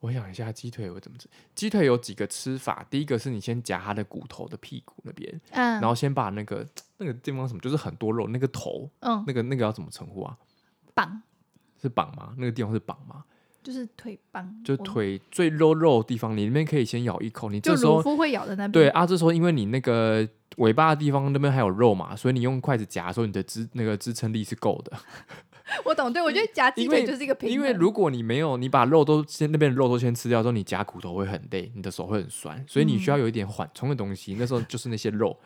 Speaker 1: 我想一下，鸡腿我怎么吃？鸡腿有几个吃法，第一个是你先夹它的骨头的屁股那边，
Speaker 2: 嗯，
Speaker 1: 然后先把那个那个地方什么，就是很多肉那个头，
Speaker 2: 嗯
Speaker 1: 那个那个要怎么称呼啊？
Speaker 2: 棒
Speaker 1: 是膀吗？那个地方是膀吗？
Speaker 2: 就是腿棒，
Speaker 1: 就
Speaker 2: 我
Speaker 1: 腿最肉肉的地方，你里面可以先咬一口，你
Speaker 2: 就
Speaker 1: 这时
Speaker 2: 乳
Speaker 1: 候
Speaker 2: 夫会咬的那边。
Speaker 1: 对，啊，这时候因为你那个尾巴的地方那边还有肉嘛，所以你用筷子夹的时候，你的支那个支撑力是够的。
Speaker 2: (laughs) 我懂，对我觉得夹鸡
Speaker 1: 因
Speaker 2: 腿
Speaker 1: 为
Speaker 2: 就是一个平衡，
Speaker 1: 因为如果你没有，你把肉都先那边的肉都先吃掉之后，你夹骨头会很累，你的手会很酸，所以你
Speaker 2: 嗯
Speaker 1: 需要有一点缓冲的东西。那时候就是那些肉，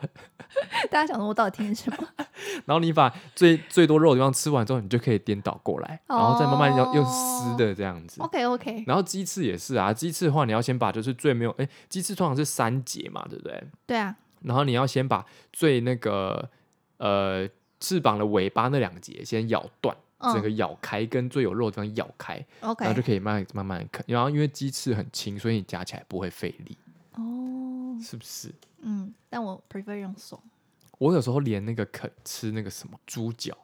Speaker 2: 大家想说我到底听什么？
Speaker 1: (laughs) 然后你把最最多肉的地方吃完之后，你就可以颠倒过来，然后再慢慢
Speaker 2: 哦
Speaker 1: 要用撕的这样子。
Speaker 2: OK OK，
Speaker 1: 然后鸡翅也是啊，鸡翅的话你要先把就是最没有哎，鸡翅通常是三节嘛，对不对？
Speaker 2: 对啊，
Speaker 1: 然后你要先把最那个呃翅膀的尾巴那两节先咬断，整个
Speaker 2: 嗯
Speaker 1: 咬开，跟最有肉的地方咬开，然后就
Speaker 2: ，OK，
Speaker 1: 可以慢慢慢慢地啃。然后因为鸡翅很轻，所以你夹起来不会费力，
Speaker 2: 哦，
Speaker 1: 是不是？
Speaker 2: 嗯，但我 prefer 用手，
Speaker 1: 我有时候连那个啃吃那个什么猪脚，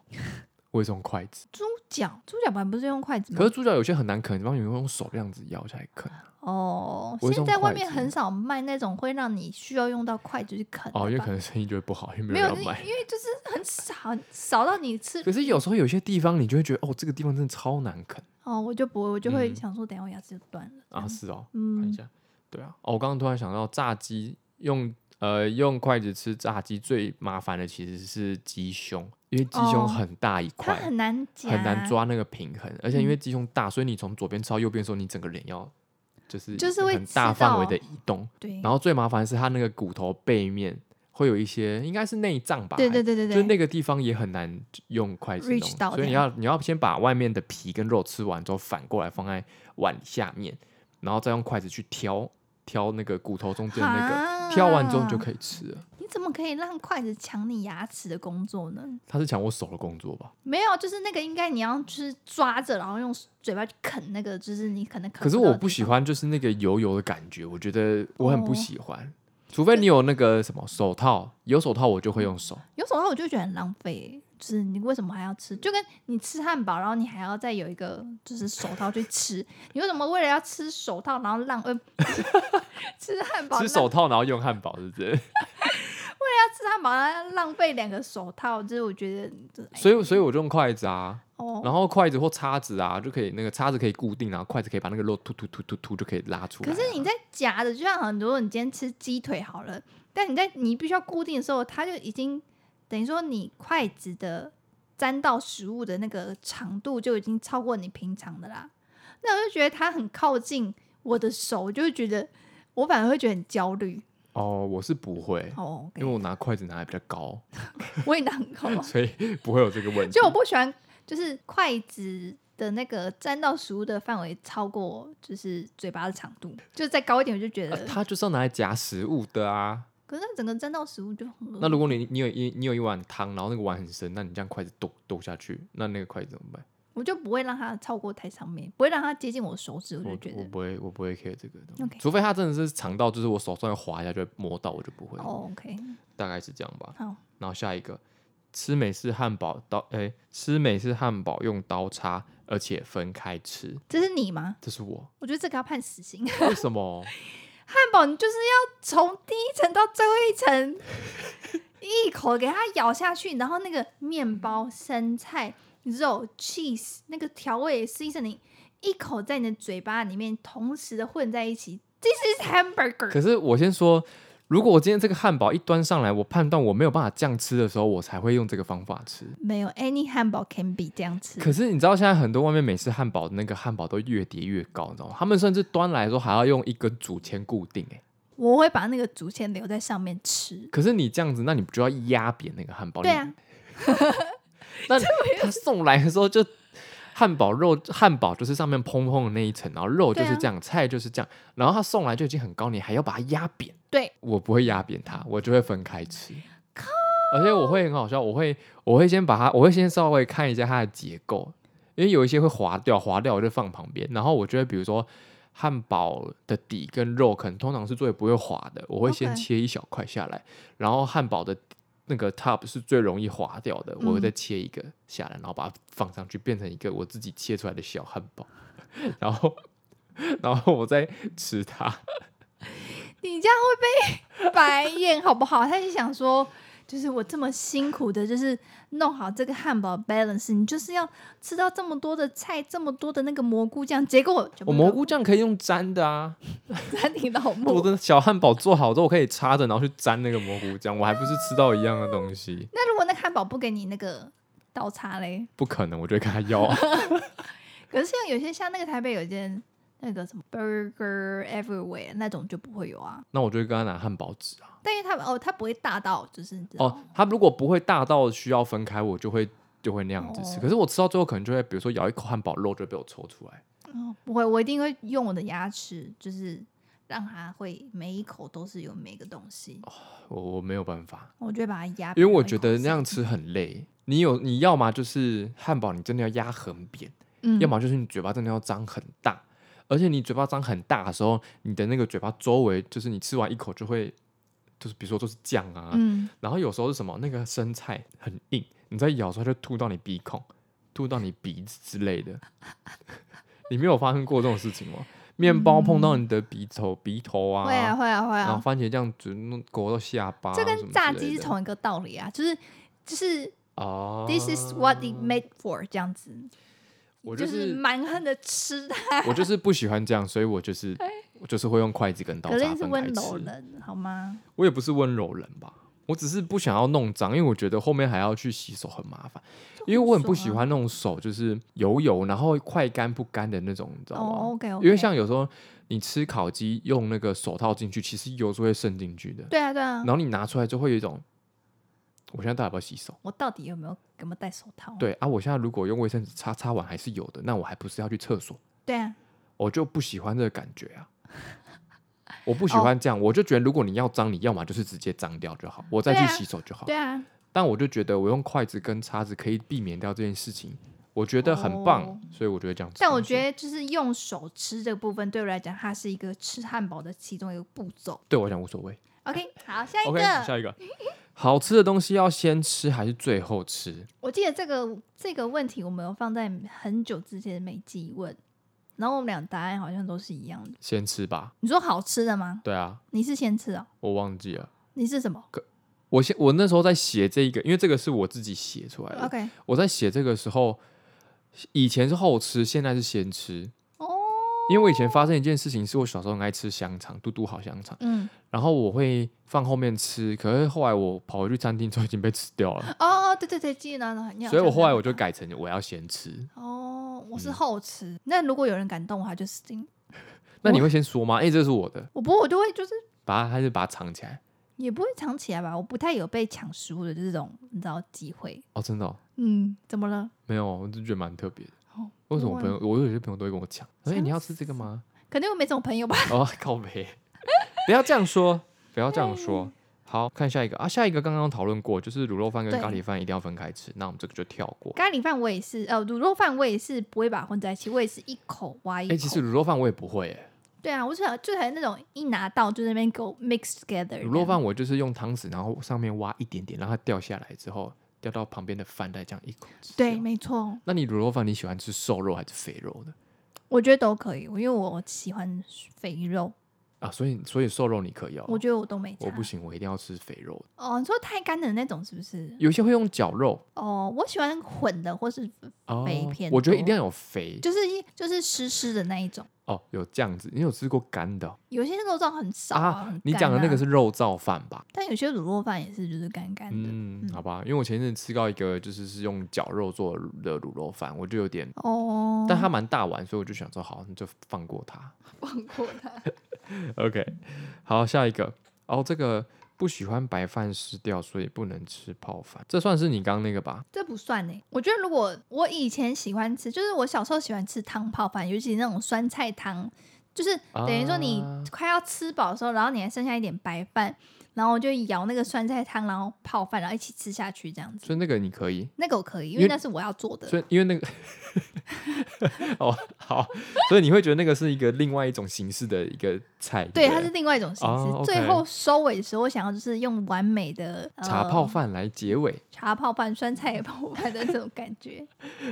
Speaker 1: 我也是用筷子。
Speaker 2: 猪脚，猪脚板不是用筷子
Speaker 1: 可是
Speaker 2: 吗？
Speaker 1: 猪脚有些很难啃，然后有人用手这样子咬起来
Speaker 2: (laughs)
Speaker 1: 啃。
Speaker 2: 哦，
Speaker 1: 我是
Speaker 2: 现
Speaker 1: 用
Speaker 2: 在外
Speaker 1: 筷
Speaker 2: 面
Speaker 1: 子
Speaker 2: 很少卖那种会让你需要用到筷子去啃
Speaker 1: 哦，因
Speaker 2: 的
Speaker 1: 为
Speaker 2: 吧
Speaker 1: 可能生意就会不好，因为
Speaker 2: 没
Speaker 1: 有
Speaker 2: 有，
Speaker 1: 人
Speaker 2: 就
Speaker 1: 要
Speaker 2: 是
Speaker 1: 买。
Speaker 2: 因为就是很少少到你吃
Speaker 1: 可是有时候有些地方你就会觉得，哦，这个地方真的超难啃
Speaker 2: 哦，我就不会，我就会
Speaker 1: 嗯
Speaker 2: 想说，等一下我牙齿就断了这
Speaker 1: 啊！
Speaker 2: 样
Speaker 1: 是哦，看一
Speaker 2: 嗯，
Speaker 1: 下，对啊，哦，我刚刚突然想到，炸鸡用呃用筷子吃炸鸡最麻烦的其实是鸡胸，因为鸡
Speaker 2: 哦
Speaker 1: 胸很大一
Speaker 2: 它
Speaker 1: 块，
Speaker 2: 很难夹，
Speaker 1: 很难抓那个平衡，而且因为
Speaker 2: 嗯
Speaker 1: 鸡胸大，所以你从左边吃到右边的时候，你整个脸要就是
Speaker 2: 就是会
Speaker 1: 很
Speaker 2: 吃
Speaker 1: 大范围
Speaker 2: 到
Speaker 1: 的移动。
Speaker 2: 对，
Speaker 1: 然后最麻烦是它那个骨头背面会有一些，应该是内脏吧？
Speaker 2: 对对
Speaker 1: 还
Speaker 2: 对对
Speaker 1: 就
Speaker 2: 对，
Speaker 1: 那个地方也很难用筷子
Speaker 2: reach
Speaker 1: 弄
Speaker 2: 到
Speaker 1: 所以你
Speaker 2: 这
Speaker 1: 要你要先把外面的皮跟肉吃完之后，反过来放在碗下面，然后再用筷子去挑挑那个骨头中间的那个，
Speaker 2: 啊
Speaker 1: 挑完之后你就可以吃了。
Speaker 2: 你怎么可以让筷子抢你牙齿的工作呢？
Speaker 1: 他是抢我手的工作吧？
Speaker 2: 没有，就是那个应该你要就是抓着，然后用嘴巴去啃那个，就是你可能啃。
Speaker 1: 可是我不喜，欢，就是那个油油的感觉，我觉得我很
Speaker 2: 哦
Speaker 1: 不喜欢。除非你有那个什么手套，有手套我就会用手。
Speaker 2: 有时候我就觉得很浪费，欸就是你为什么还要吃？就跟你吃汉堡，然后你还要再有一个就是手套去吃，你为什么为了要吃手套，然后浪呃 (laughs) 吃汉堡
Speaker 1: 吃
Speaker 2: 浪
Speaker 1: 手套然后用汉堡，是 (laughs) 不是？
Speaker 2: 哎要吃汉堡，然后浪费两个手套，就是我觉得哎这
Speaker 1: 所以所以我就用筷子啊，
Speaker 2: 哦。
Speaker 1: 然后筷子或叉子啊就可以，那个叉子可以固定，然后筷子可以把那个肉突突突突突就可以拉出来
Speaker 2: 可
Speaker 1: 啊。
Speaker 2: 是你在夹的，就像很多你今天吃鸡腿好了，但你在你必须要固定的时候，它就已经等于说你筷子的沾到食物的那个长度就已经超过你平常的啦。那我就觉得它很靠近我的手，我就会觉得我反而会觉得很焦虑。
Speaker 1: 哦，我是不会，
Speaker 2: 哦、
Speaker 1: 因为我拿筷子拿的比较高，
Speaker 2: 我也难搞。
Speaker 1: 所以不会有这个问题
Speaker 2: 就。我不喜欢，就是筷子的那个沾到食物的范围超过，就是嘴巴的长度，就再高一点，我就觉
Speaker 1: 啊
Speaker 2: 得，
Speaker 1: 它就是要拿来夹食物的啊。
Speaker 2: 可是那整个沾到食物就很恶
Speaker 1: 那如果你你有一你有一碗汤，然后那个碗很深，那你这样筷子剁剁下去，那那个筷子怎么办？
Speaker 2: 我就不会让它超过太上面，不会让它接近我手指，我
Speaker 1: 我
Speaker 2: 就觉
Speaker 1: 我
Speaker 2: 得
Speaker 1: 不会我不会 care 这个东西
Speaker 2: OK
Speaker 1: 除非它真的是长到就是我手上划一下就会摸到，我就不会。
Speaker 2: 哦，OK，
Speaker 1: 大概是这样吧。
Speaker 2: 好，
Speaker 1: 然后下一个，吃美式汉堡刀，哎、吃美式汉堡用刀叉，而且分开吃，
Speaker 2: 这是你吗？
Speaker 1: 这是我。
Speaker 2: 我觉得这个要判死刑。
Speaker 1: 为什么？
Speaker 2: 汉堡，你就是要从第一层到最后一层，一口给它咬下去，然后那个面包、生菜、肉、cheese 那个调味 seasoning，一口在你的嘴巴里面同时的混在一起。This is hamburger。
Speaker 1: 可是我先说，如果我今天这个汉堡一端上来，我判断我没有办法这样吃的时候，我才会用这个方法吃。
Speaker 2: 没有 any 汉堡 can be 这样吃。
Speaker 1: 可是你知道现在很多外面美式汉堡的那个汉堡都越叠越高，你知道吗？他们甚至端来的时候还要用一根竹签固定、哎，
Speaker 2: 我会把那个竹签留在上面吃。
Speaker 1: 可是你这样子，那你不就要压扁那个汉堡？
Speaker 2: 对啊，
Speaker 1: 那他送来的时候就汉堡肉，汉堡就是上面蓬蓬的那一层，然后肉就是这样，菜就是这样，然后他送来就已经很高，你还要把它压扁。
Speaker 2: 对，
Speaker 1: 我不会压扁它，我就会分开吃。而且我会很好笑，我会我会先把它，我会先稍微看一下它的结构，因为有一些会划掉，划掉我就放旁边。然后我就会比如说汉堡的底跟肉，可能通常是最不会滑的，我会先
Speaker 2: OK
Speaker 1: 切一小块下来。然后汉堡的那个 top 是最容易滑掉的，我会再切一个下来，然后把它放上去，变成一个我自己切出来的小汉堡。 (laughs) 然后， (laughs) 然后我再吃它。
Speaker 2: 你这样会被白眼好不好？他就想说，就是我这么辛苦的，就是弄好这个汉堡 balance，你就是要吃到这么多的菜，这么多的那个蘑菇酱，结果
Speaker 1: 我蘑菇酱可以用沾的啊，
Speaker 2: 餐厅老
Speaker 1: 我
Speaker 2: 母。
Speaker 1: 的小汉堡做好之后，我可以插着，然后去沾那个蘑菇酱，我还不是吃到一样的东西？
Speaker 2: 那如果那个汉堡不给你那个刀叉嘞？
Speaker 1: 不可能，我就会跟他要啊。 (laughs)
Speaker 2: 可是像有些像那个台北有一间那个什么 Burger Everywhere 那种就不会有啊，
Speaker 1: 那我就会跟他拿汉堡纸啊。
Speaker 2: 但因为他们哦，他不会大到就是你知道
Speaker 1: 哦，他如果不会大到需要分开，我就会就会那样子吃。
Speaker 2: 哦
Speaker 1: 可是我吃到最后，可能就会比如说咬一口汉堡肉就被我抽出来。
Speaker 2: 哦，不会，我一定会用我的牙齿，就是让它会每一口都是有每个东西，
Speaker 1: 我我没有办法，
Speaker 2: 我就会把它压扁。
Speaker 1: 因为我觉得那样吃很累。你有你要么就是汉堡，你真的要压很扁。
Speaker 2: 嗯，
Speaker 1: 要么就是你嘴巴真的要张很大，而且你嘴巴张很大的时候，你的那个嘴巴周围，就是你吃完一口就会，就是比如说都是酱啊，
Speaker 2: 嗯，
Speaker 1: 然后有时候是什么那个生菜很硬，你在咬的时候它就吐到你鼻孔，吐到你鼻子之类的。 (laughs) 你没有发生过这种事情吗？面包碰到你的鼻头、鼻头啊，
Speaker 2: 嗯会啊会啊会
Speaker 1: 然后
Speaker 2: 啊，
Speaker 1: 番茄酱只弄勾到下巴啊什
Speaker 2: 这
Speaker 1: 么之类的，
Speaker 2: 跟炸鸡是同一个道理啊，就是就是
Speaker 1: 哦
Speaker 2: this is what it made for 这样子，
Speaker 1: 我
Speaker 2: 就
Speaker 1: 就是是
Speaker 2: 蛮横的吃它，
Speaker 1: (laughs) 我就是不喜欢这样，所以我就是我就是会用筷子跟刀
Speaker 2: 可是
Speaker 1: 叉
Speaker 2: 你是
Speaker 1: 分
Speaker 2: 温
Speaker 1: 开
Speaker 2: 柔
Speaker 1: 吃。
Speaker 2: 人好吗？
Speaker 1: 我也不是温柔人吧？我只是不想要弄脏，因为我觉得后面还要去洗手很麻烦，因为我很不喜欢那种手就是油油，然后快干不干的那种，你知道吗？
Speaker 2: 哦，OK OK，
Speaker 1: 啊因为像有时候你吃烤鸡用那个手套进去，其实油是会渗进去的，
Speaker 2: 对啊对啊
Speaker 1: 然，后你拿出来就会有一种，我现在到底要不要洗手？
Speaker 2: 我到底有没有有没有戴手套？
Speaker 1: 对啊，我现在如果用卫生纸擦擦完还是有的，那我还不是要去厕所？
Speaker 2: 对啊，
Speaker 1: 我就不喜欢这个感觉啊，我不喜
Speaker 2: 哦
Speaker 1: 欢这样，我就觉得如果你要脏，你要么就是直接脏掉就好，我再
Speaker 2: 对
Speaker 1: 去
Speaker 2: 啊
Speaker 1: 洗手就好。
Speaker 2: 对啊，
Speaker 1: 但我就觉得我用筷子跟叉子可以避免掉这件事情，我觉得很棒，
Speaker 2: 哦
Speaker 1: 所以我觉得这样子。
Speaker 2: 但我觉得就是用手吃这个部分，对我来讲，它是一个吃汉堡的其中一个步骤。
Speaker 1: 对我来讲无所谓。
Speaker 2: OK，好，下一
Speaker 1: OK，
Speaker 2: 个。
Speaker 1: 下一个，好吃的东西要先吃还是最后吃？
Speaker 2: 我记得这个这个问题，我们有放在很久之前的每集问，然后我们俩答案好像都是一样的。
Speaker 1: 先吃吧。
Speaker 2: 你说好吃的吗？
Speaker 1: 对啊，
Speaker 2: 你是先吃哦，
Speaker 1: 我忘记了。
Speaker 2: 你是什么
Speaker 1: 我先，我那时候在写这一个，因为这个是我自己写出来的。
Speaker 2: ？OK，
Speaker 1: 我在写这个时候，以前是后吃，现在是先吃。
Speaker 2: 哦，
Speaker 1: 因为我以前发生一件事情，是我小时候很爱吃香肠，嘟嘟好香肠，
Speaker 2: 嗯，
Speaker 1: 然后我会放后面吃，可是后来我跑回去餐厅之后已经被吃掉了，
Speaker 2: 哦哦，对对对，记得呢， (laughs) 你好
Speaker 1: 所以我
Speaker 2: 像
Speaker 1: 后来
Speaker 2: 这
Speaker 1: 我就
Speaker 2: 样
Speaker 1: 改成我要先吃。
Speaker 2: 讲哦，我是
Speaker 1: 嗯
Speaker 2: 后吃。那如果有人敢动我，他就是定。
Speaker 1: 那你会先说吗？哎、这是我的，
Speaker 2: 我不过我就会就是
Speaker 1: 把它还是把它藏起来？
Speaker 2: 也不会藏起来吧，我不太有被抢食物的这种你知道机会。
Speaker 1: 哦，真的、哦、
Speaker 2: 嗯，怎么了？
Speaker 1: 没有，我就觉得蛮特别的。
Speaker 2: 哦，
Speaker 1: 为什么
Speaker 2: 我
Speaker 1: 我朋友，我有些朋友都会跟我讲，哎、
Speaker 2: 想
Speaker 1: 你要吃这个
Speaker 2: (laughs)
Speaker 1: 吗？
Speaker 2: 肯定我没这种朋友吧？
Speaker 1: 哦，靠北，不要这样说，不要这样
Speaker 2: 哎
Speaker 1: 说。好看下一个啊，下一个刚刚讨论过，就是卤肉饭跟
Speaker 2: 对
Speaker 1: 咖喱饭一定要分开吃，那我们这个就跳过。
Speaker 2: 咖喱饭我也是，呃，卤肉饭我也是不会把它混在一起，我也是一口挖一
Speaker 1: 哎、
Speaker 2: 口。
Speaker 1: 其实卤肉饭我也不会、欸，
Speaker 2: 对啊，我就想就很那种一拿到就在那边给我 mix together
Speaker 1: 卤
Speaker 2: 这
Speaker 1: 肉
Speaker 2: 样
Speaker 1: 饭我就是用汤匙，然后上面挖一点点，让它掉下来之后，掉到旁边的饭再这样一口吃。哦
Speaker 2: 对，，没错，
Speaker 1: 那你卤肉饭你喜欢吃瘦肉还是肥肉的
Speaker 2: 我觉得都可以，因为我喜欢肥肉，
Speaker 1: 啊？所以所以瘦肉你可以哦，
Speaker 2: 我觉得我都没差。
Speaker 1: 我不行，我一定要吃肥肉的。
Speaker 2: 哦，你说太干的那种是不是？
Speaker 1: 有些会用绞肉
Speaker 2: 哦，我喜欢混的，或是
Speaker 1: 哦
Speaker 2: 肥偏
Speaker 1: 我觉得一
Speaker 2: 多
Speaker 1: 定要有肥
Speaker 2: 就是一就是湿湿的那一种，
Speaker 1: 哦，有这样子。你有吃过干的哦
Speaker 2: 有些肉燥很少很
Speaker 1: 你
Speaker 2: 干
Speaker 1: 讲的那
Speaker 2: 啊
Speaker 1: 个是肉燥饭吧？
Speaker 2: 但有些卤肉饭也是就是干干的。
Speaker 1: 嗯，好吧，因为我前阵子吃到一个就是是用绞肉做的卤肉饭，我就有点，
Speaker 2: 哦，
Speaker 1: 但它蛮大碗，所以我就想说好，你就放过它。
Speaker 2: 放过它。
Speaker 1: OK，好，下一个哦，这个不喜欢白饭湿掉，所以不能吃泡饭，这算是你刚刚那个吧？
Speaker 2: 这不算呢、我觉得如果我以前喜欢吃，就是我小时候喜欢吃汤泡饭，尤其那种酸菜汤，就是等于说你
Speaker 1: 啊
Speaker 2: 快要吃饱的时候，然后你还剩下一点白饭，然后我就舀那个酸菜汤，然后泡饭，然后一起吃下去这样子。
Speaker 1: 所以那个你可以，
Speaker 2: 那个我可以，因
Speaker 1: 因为
Speaker 2: 为那是我要做的。
Speaker 1: 所以因为那个 (laughs) 哦好，所以你会觉得那个是一个另外一种形式的一个菜，
Speaker 2: 对，
Speaker 1: 不
Speaker 2: 它是另外一种形式。
Speaker 1: 哦，OK
Speaker 2: 最后收尾的时候，我想要就是用完美的、呃、
Speaker 1: 茶泡、饭来结尾。
Speaker 2: 茶泡饭、酸菜泡饭的这种感觉，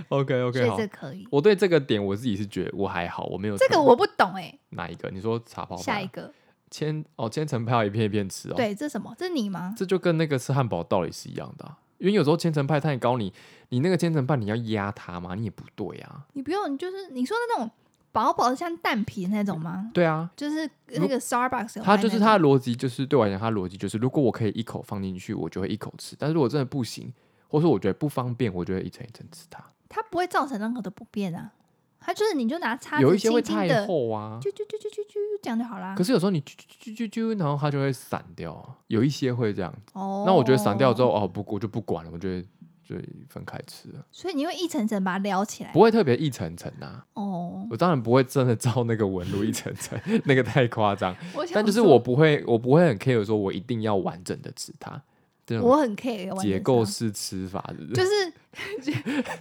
Speaker 1: OK
Speaker 2: 嗯所
Speaker 1: (laughs) OK
Speaker 2: 以
Speaker 1: 好
Speaker 2: 这。可以。
Speaker 1: 我对这个点我自己是觉得我还好，我没有
Speaker 2: 这
Speaker 1: 特
Speaker 2: 个我不懂哎、
Speaker 1: 哪一个？你说茶泡饭啊？
Speaker 2: 下一个，
Speaker 1: 千哦，千层派要一片一片吃哦。，
Speaker 2: 对，这是什么？这是你吗？
Speaker 1: 这就跟那个吃汉堡道理是一样的啊、因为有时候千层派太高，你你那个千层派你要压它嘛，你也不对啊。
Speaker 2: 你不用，你就是你说的那种薄薄的像蛋皮那种吗？
Speaker 1: 对啊，
Speaker 2: 就是那个 Starbucks 有
Speaker 1: 它
Speaker 2: 卖
Speaker 1: 就是
Speaker 2: 啊那
Speaker 1: 它
Speaker 2: 种
Speaker 1: 的逻辑，就是对我来讲，它的逻辑就是，如果我可以一口放进去，我就会一口吃；但是如果真的不行，或是我觉得不方便，我就会一层一层吃它。
Speaker 2: 它不会造成任何的不便啊。它就是你就拿叉子
Speaker 1: 有一些
Speaker 2: 轻
Speaker 1: 会
Speaker 2: 轻的
Speaker 1: 太，厚啊，
Speaker 2: 就就啊就就就就这样就好啦。
Speaker 1: 可是有时候你啾啾啾啾啾，然后它就会散掉啊，有一些会这样。
Speaker 2: 哦，
Speaker 1: 那我觉得散掉之，后，哦不，我就不管了，我觉得就分开吃了，
Speaker 2: 所以你会一层层把它撩起来
Speaker 1: 不。会特别一层层啊。
Speaker 2: 哦，
Speaker 1: 我当然不会真的照那个纹路一层层，那个太夸张。
Speaker 2: 我想
Speaker 1: 但就是
Speaker 2: 说
Speaker 1: 我，不会，我不会很 care 说我一定要完整的吃它，这种
Speaker 2: 我很 care 完整
Speaker 1: 结
Speaker 2: 上
Speaker 1: 构式吃法是不是
Speaker 2: 就是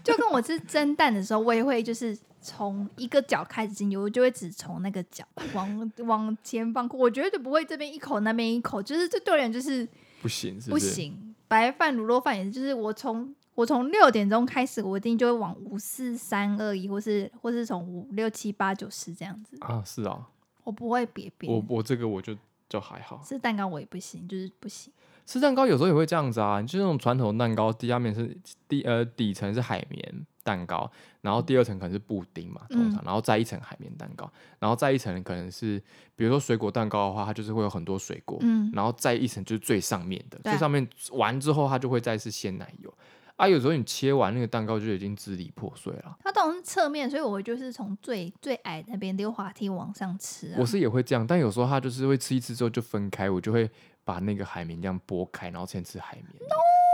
Speaker 2: 就跟我吃蒸蛋的时候，我也会就是从一个角开始进去，我就会只从那个角往往前放过，我绝对不会这边一口那边一口，就是这对人就是
Speaker 1: 不行，是
Speaker 2: 不
Speaker 1: 是？
Speaker 2: 行。白饭、卤肉饭也是，就是我从我从六点钟开始，我一定就会往五四三二一，或是或是从五六七八九十这样子，
Speaker 1: 啊，是啊，
Speaker 2: 我不会别
Speaker 1: 我
Speaker 2: 边。
Speaker 1: 我这个我就就还好。
Speaker 2: 吃蛋糕我也不行，就是不行。
Speaker 1: 吃蛋糕有时候也会这样子啊，就是那种传统蛋糕，底下面是底呃底层是海绵，蛋糕，然后第二层可能是布丁嘛，通
Speaker 2: 嗯
Speaker 1: 常，然后再一层海绵蛋糕，然后再一层可能是比如说水果蛋糕的话，它就是会有很多水果，
Speaker 2: 嗯，
Speaker 1: 然后再一层就是最上面的，
Speaker 2: 对
Speaker 1: 最上面完之后它就会再是鲜奶油。啊，有时候你切完那个蛋糕就已经支离破碎了。
Speaker 2: 它当然是侧面，所以我就是从最最矮那边溜滑梯往上吃、啊。
Speaker 1: 我是也会这样，但有时候它就是会吃一次之后就分开，我就会把那个海绵这样剥开，然后先吃海绵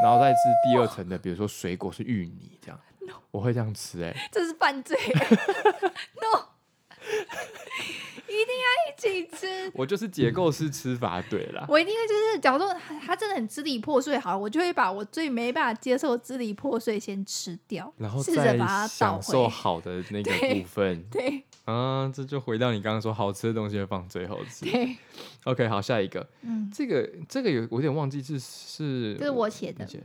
Speaker 1: 然后再吃第二层的，比如说水果是芋泥这样我会这样吃、欸。
Speaker 2: (laughs) 这是犯罪 (laughs) ，no，一定要一起吃。
Speaker 1: 我就是结构式吃法，对 (laughs) 啦。
Speaker 2: (laughs) 我一定会就是，假如说它它真的很支离破碎，好了，我就会把我最没办法接受的支离破碎先吃掉，
Speaker 1: 然后
Speaker 2: 试着
Speaker 1: 再
Speaker 2: 把它倒
Speaker 1: 享受
Speaker 2: 回。
Speaker 1: 好
Speaker 2: (laughs)
Speaker 1: 的那个
Speaker 2: 对
Speaker 1: 部分 (laughs)
Speaker 2: 对
Speaker 1: 啊，这就回到你刚刚说好吃的东西会放最后吃。
Speaker 2: 对，
Speaker 1: OK，好，下一个，
Speaker 2: 嗯，
Speaker 1: 这个这个有我有点忘记是是，
Speaker 2: 这是我写的
Speaker 1: 你。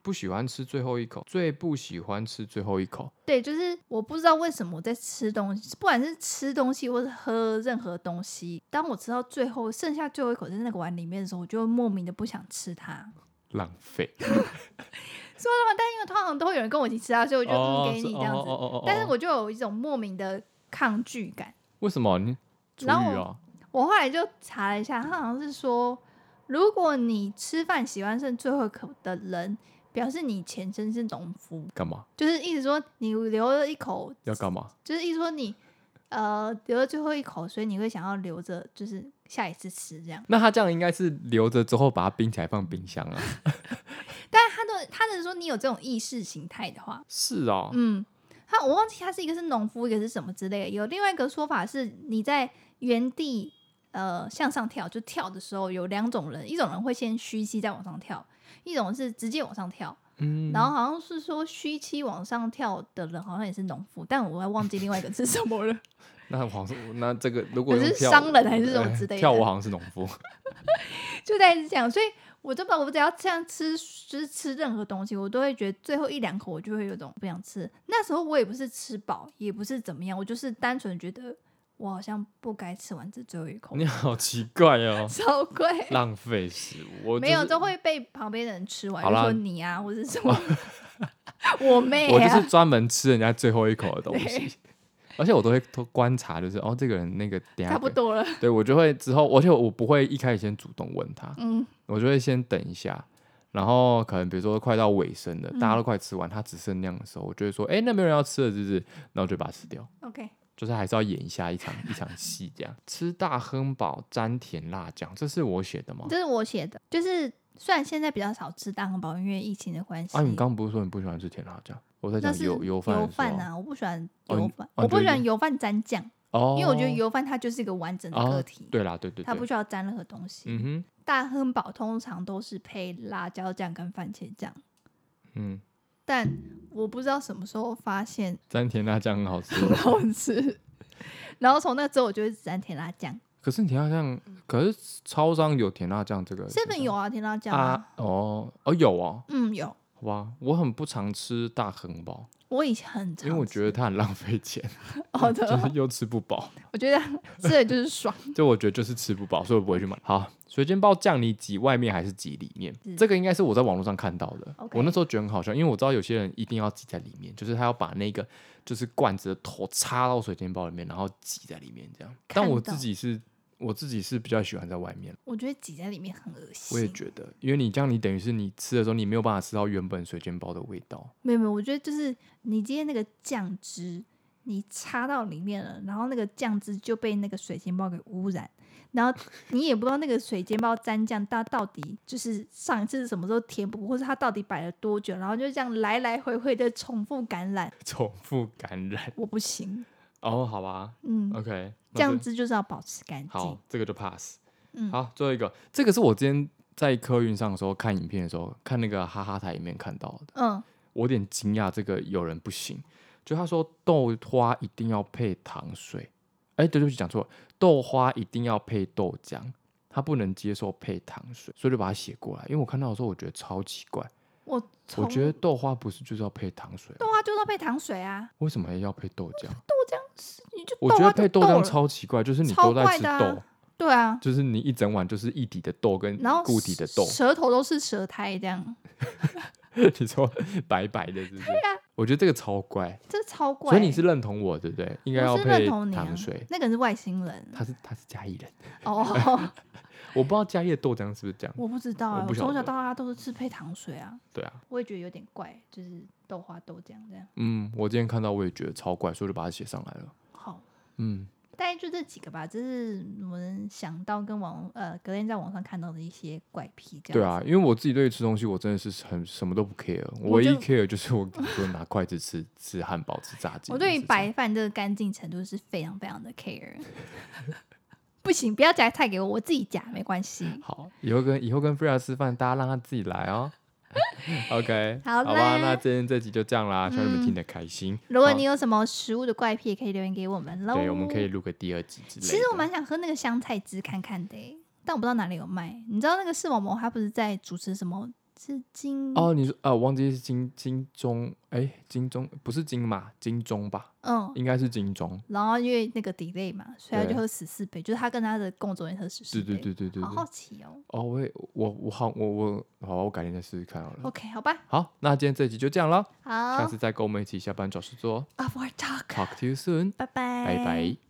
Speaker 1: 不喜欢吃最后一口，最不喜欢吃最后一口，
Speaker 2: 对，就是我不知道为什么我在吃东西，不管是吃东西或是喝任何东西，当我吃到最后剩下最后一口在那个碗里面的时候，我就会莫名的不想吃它。
Speaker 1: 浪费。
Speaker 2: 说了嘛，但因为通常都会有人跟我一起吃啊，所以我就嗯给
Speaker 1: 是
Speaker 2: 你这样
Speaker 1: 哦
Speaker 2: 子。
Speaker 1: 哦哦哦哦
Speaker 2: 但是我就有一种莫名的抗拒感。
Speaker 1: 为什么你厨
Speaker 2: 然后
Speaker 1: 余哦？
Speaker 2: 我后来就查了一下，他好像是说，如果你吃饭喜欢剩最后一口的人，表示你前身是农夫，
Speaker 1: 干嘛？
Speaker 2: 就是意思说你留了一口，
Speaker 1: 要干嘛？
Speaker 2: 就是意思说你呃留了最后一口，所以你会想要留着，就是下一次吃这样。
Speaker 1: 那他这样应该是留着之后把它冰起来放冰箱啊？
Speaker 2: 但他的他是说你有这种意识形态的话，
Speaker 1: (laughs) 是哦，
Speaker 2: 嗯，他我忘记他是一个是农夫，一个是什么之类的。有另外一个说法是，你在原地呃向上跳，就跳的时候有两种人，一种人会先屈膝再往上跳，一种是直接往上跳。
Speaker 1: 嗯，
Speaker 2: 然后好像是说屈膝往上跳的人好像也是农夫，但我还忘记另外一个是什么了。
Speaker 1: 那好像是那这个如果
Speaker 2: 可是
Speaker 1: 用跳舞
Speaker 2: 商人还是这种
Speaker 1: 呃
Speaker 2: 之类的
Speaker 1: 跳舞好像是农 (laughs) 夫，
Speaker 2: 就在这样，所以我就把我只要这样吃，就是吃任何东西，我都会觉得最后一两口我就会有种不想吃。那时候我也不是吃饱，也不是怎么样，我就是单纯觉得我好像不该吃完这最后一口，，
Speaker 1: 你好奇怪哦
Speaker 2: 超贵，
Speaker 1: 浪费食物。 (laughs) 我
Speaker 2: 没有
Speaker 1: 就是
Speaker 2: 都会被旁边的人吃完，
Speaker 1: 好
Speaker 2: 就
Speaker 1: 啦
Speaker 2: 说你啊，或是
Speaker 1: (laughs)
Speaker 2: 什么，我妹
Speaker 1: 我就
Speaker 2: 啊
Speaker 1: 是，专门吃人家最后一口的东西， (laughs) 而且我都会偷观察，就是哦，这个人那个等下
Speaker 2: 差不，多了，
Speaker 1: 对我就会之后，而且我不会一开始先主动问他，
Speaker 2: 嗯，
Speaker 1: 我就会先等一下，然后可能比如说快到尾声了，
Speaker 2: 嗯
Speaker 1: 大家都快吃完，他只剩量的时候，我就会说，哎、那没有人要吃了，是不是？然后我就把它吃掉。 (laughs)
Speaker 2: OK，
Speaker 1: 就是还是要演一下一场一场戏
Speaker 2: (laughs)
Speaker 1: 这样，吃大亨堡沾甜辣酱，这是我写的吗？
Speaker 2: 这是我写的，就是虽然现在比较少吃大汉堡，因为疫情的关系。
Speaker 1: 啊，你刚刚不是说你不喜欢吃甜辣酱？我在
Speaker 2: 那
Speaker 1: 讲
Speaker 2: 是
Speaker 1: 油油饭的时候
Speaker 2: 啊，我不喜欢
Speaker 1: 哦
Speaker 2: 油
Speaker 1: 你
Speaker 2: 饭，
Speaker 1: 哦
Speaker 2: 我
Speaker 1: 你
Speaker 2: 不
Speaker 1: 觉
Speaker 2: 喜
Speaker 1: 得
Speaker 2: 欢油饭沾酱，
Speaker 1: 哦，
Speaker 2: 啊因为我觉得油饭它就是一个完整的
Speaker 1: 哦
Speaker 2: 个体，
Speaker 1: 对啦，对对
Speaker 2: 它不
Speaker 1: 对，
Speaker 2: 需要沾任何东西。
Speaker 1: 嗯哼。
Speaker 2: 大亨堡通常都是配辣椒酱跟番茄酱，
Speaker 1: 嗯，
Speaker 2: 但我不知道什么时候发现
Speaker 1: 沾甜辣酱很好吃。
Speaker 2: (laughs) 好吃，然后从那之后我就会只沾甜辣酱，
Speaker 1: 可是甜辣酱，可是超商有甜辣酱这个
Speaker 2: 这边有啊甜辣酱啊，
Speaker 1: 啊？哦哦有哦，
Speaker 2: 嗯有，
Speaker 1: 好吧，我很不常吃大亨包，
Speaker 2: 我以前很常
Speaker 1: 因为我觉得它很浪费钱， (laughs)
Speaker 2: 得好的
Speaker 1: 就
Speaker 2: 哦
Speaker 1: 是，又吃不饱，
Speaker 2: 我觉得 (laughs) 吃了就是爽， (laughs)
Speaker 1: 就我觉得就是吃不饱，所以我不会去买。好，水煎包酱你挤外面还是挤里面
Speaker 2: 是？
Speaker 1: 这个应该是我在网络上看到的，
Speaker 2: OK
Speaker 1: 我那时候觉得很好笑，因为我知道有些人一定要挤在里面，就是他要把那个就是罐子的头插到水煎包里面，然后挤在里面这样。但
Speaker 2: 看
Speaker 1: 我
Speaker 2: 到
Speaker 1: 自己是。我自己是比较喜欢在外面，
Speaker 2: 我觉得挤在里面很恶心。
Speaker 1: 我也觉得，因为你这样，你等于是你吃的时候，你没有办法吃到原本水煎包的味道。 (laughs)
Speaker 2: 没有没有，我觉得就是你今天那个酱汁，你插到里面了，然后那个酱汁就被那个水煎包给污染，然后你也不知道那个水煎包沾酱它到底就是上一次是什么时候填补，或是它到底摆了多久，然后就这样来来回回的重复感染，
Speaker 1: 重复感染
Speaker 2: 我不行，
Speaker 1: 哦，好吧
Speaker 2: 嗯，
Speaker 1: ，OK，那
Speaker 2: 酱
Speaker 1: 这
Speaker 2: 汁就是要保持干净
Speaker 1: 好，，这个就 pass。
Speaker 2: 嗯
Speaker 1: 好，最后一个，这个是我今天在客运上的时候看影片的时候，看那个哈哈台里面看到的，
Speaker 2: 嗯，
Speaker 1: 我有点惊讶，这个有人不行，就他说豆花一定要配糖水，哎，对不起，讲错了，豆花一定要配豆浆，他不能接受配糖水，所以就把它写过来，因为我看到的时候我觉得超奇怪。
Speaker 2: 我
Speaker 1: 我
Speaker 2: 从
Speaker 1: 觉得豆花不是就是要配糖水吗，
Speaker 2: 豆花就是要配糖水啊，
Speaker 1: 为什么要配豆浆？
Speaker 2: 你就
Speaker 1: 我
Speaker 2: 豆
Speaker 1: 觉
Speaker 2: 花
Speaker 1: 得
Speaker 2: 就
Speaker 1: 配豆
Speaker 2: 了
Speaker 1: 浆超奇怪，就是你
Speaker 2: 超
Speaker 1: 都在
Speaker 2: 怪
Speaker 1: 吃
Speaker 2: 的啊
Speaker 1: 豆，
Speaker 2: 对啊，
Speaker 1: 就是你一整碗就是一底的豆跟
Speaker 2: 然后
Speaker 1: 固体 (laughs) 的豆，
Speaker 2: 舌头都是舌苔这样。
Speaker 1: 你说白白的，是不是？我觉得这个超怪，
Speaker 2: 这超啊怪。欸
Speaker 1: 所以你是认同我对不对？应该要
Speaker 2: 我是
Speaker 1: 配
Speaker 2: 认同你、啊
Speaker 1: 糖水，。
Speaker 2: 那个人是外星人
Speaker 1: 他是他是嘉义人， (laughs)
Speaker 2: 哦，
Speaker 1: 我不知道嘉义的豆浆是不是这样。
Speaker 2: 我不知道
Speaker 1: 我
Speaker 2: 啊，
Speaker 1: 不
Speaker 2: 我
Speaker 1: 晓
Speaker 2: 从小
Speaker 1: 得
Speaker 2: 到大都是吃配糖水啊，
Speaker 1: 对啊，
Speaker 2: 我也觉得有点怪，就是豆花豆浆这样。
Speaker 1: 嗯，我今天看到我也觉得超怪，所以我就把它写上来了。
Speaker 2: 好，
Speaker 1: 嗯，
Speaker 2: 大概就这几个吧，这是我能想到跟网呃隔天在网上看到的一些怪癖这样。
Speaker 1: 对，啊，因为我自己对于吃东西，我真的是很什么都不 care，我
Speaker 2: 我
Speaker 1: 唯一
Speaker 2: 就
Speaker 1: care 就是我 (laughs) 比如说拿筷子吃吃汉堡、吃炸鸡。
Speaker 2: 我对于
Speaker 1: 吃
Speaker 2: 白饭这个干净程度是非常非常的 care。不行，不要夹菜给我，我自己夹没关系。
Speaker 1: 好，以后跟以后跟菲尔吃饭，大家让他自己来
Speaker 2: (laughs)
Speaker 1: 哦。OK，
Speaker 2: 好
Speaker 1: 吧，那
Speaker 2: 啦
Speaker 1: 今天这集就这样啦，希望你们
Speaker 2: 嗯
Speaker 1: 听得开心。
Speaker 2: 如果
Speaker 1: 好
Speaker 2: 你有什么食物的怪癖，也可以留言给我们喽。
Speaker 1: 对，我们可以。录个第二集之类的。
Speaker 2: 其实我蛮想喝那个香菜汁看看的欸、但我不知道哪里有卖。你知道那个视网膜他不是在主持什么？是金
Speaker 1: 哦，你说啊，我忘记是金金钟，哎，金钟不是金马，金钟吧，
Speaker 2: 嗯，
Speaker 1: 应该是金钟。
Speaker 2: 然后因为那个 delay 嘛，所以他
Speaker 1: 对
Speaker 2: 就喝十四杯，就是他跟他的工作人员喝十四
Speaker 1: 对
Speaker 2: 杯。
Speaker 1: 对对对对
Speaker 2: 好好
Speaker 1: 对。
Speaker 2: 奇哦。
Speaker 1: 哦，我也我我好我我好啊，我改天再试试看好了。
Speaker 2: OK，好吧，
Speaker 1: 好，那今天这集就这样了，
Speaker 2: 好
Speaker 1: 下次再跟我们一起下班找事做哦。
Speaker 2: ，Upward Talk，
Speaker 1: Talk to you soon，
Speaker 2: 拜拜，
Speaker 1: 拜拜。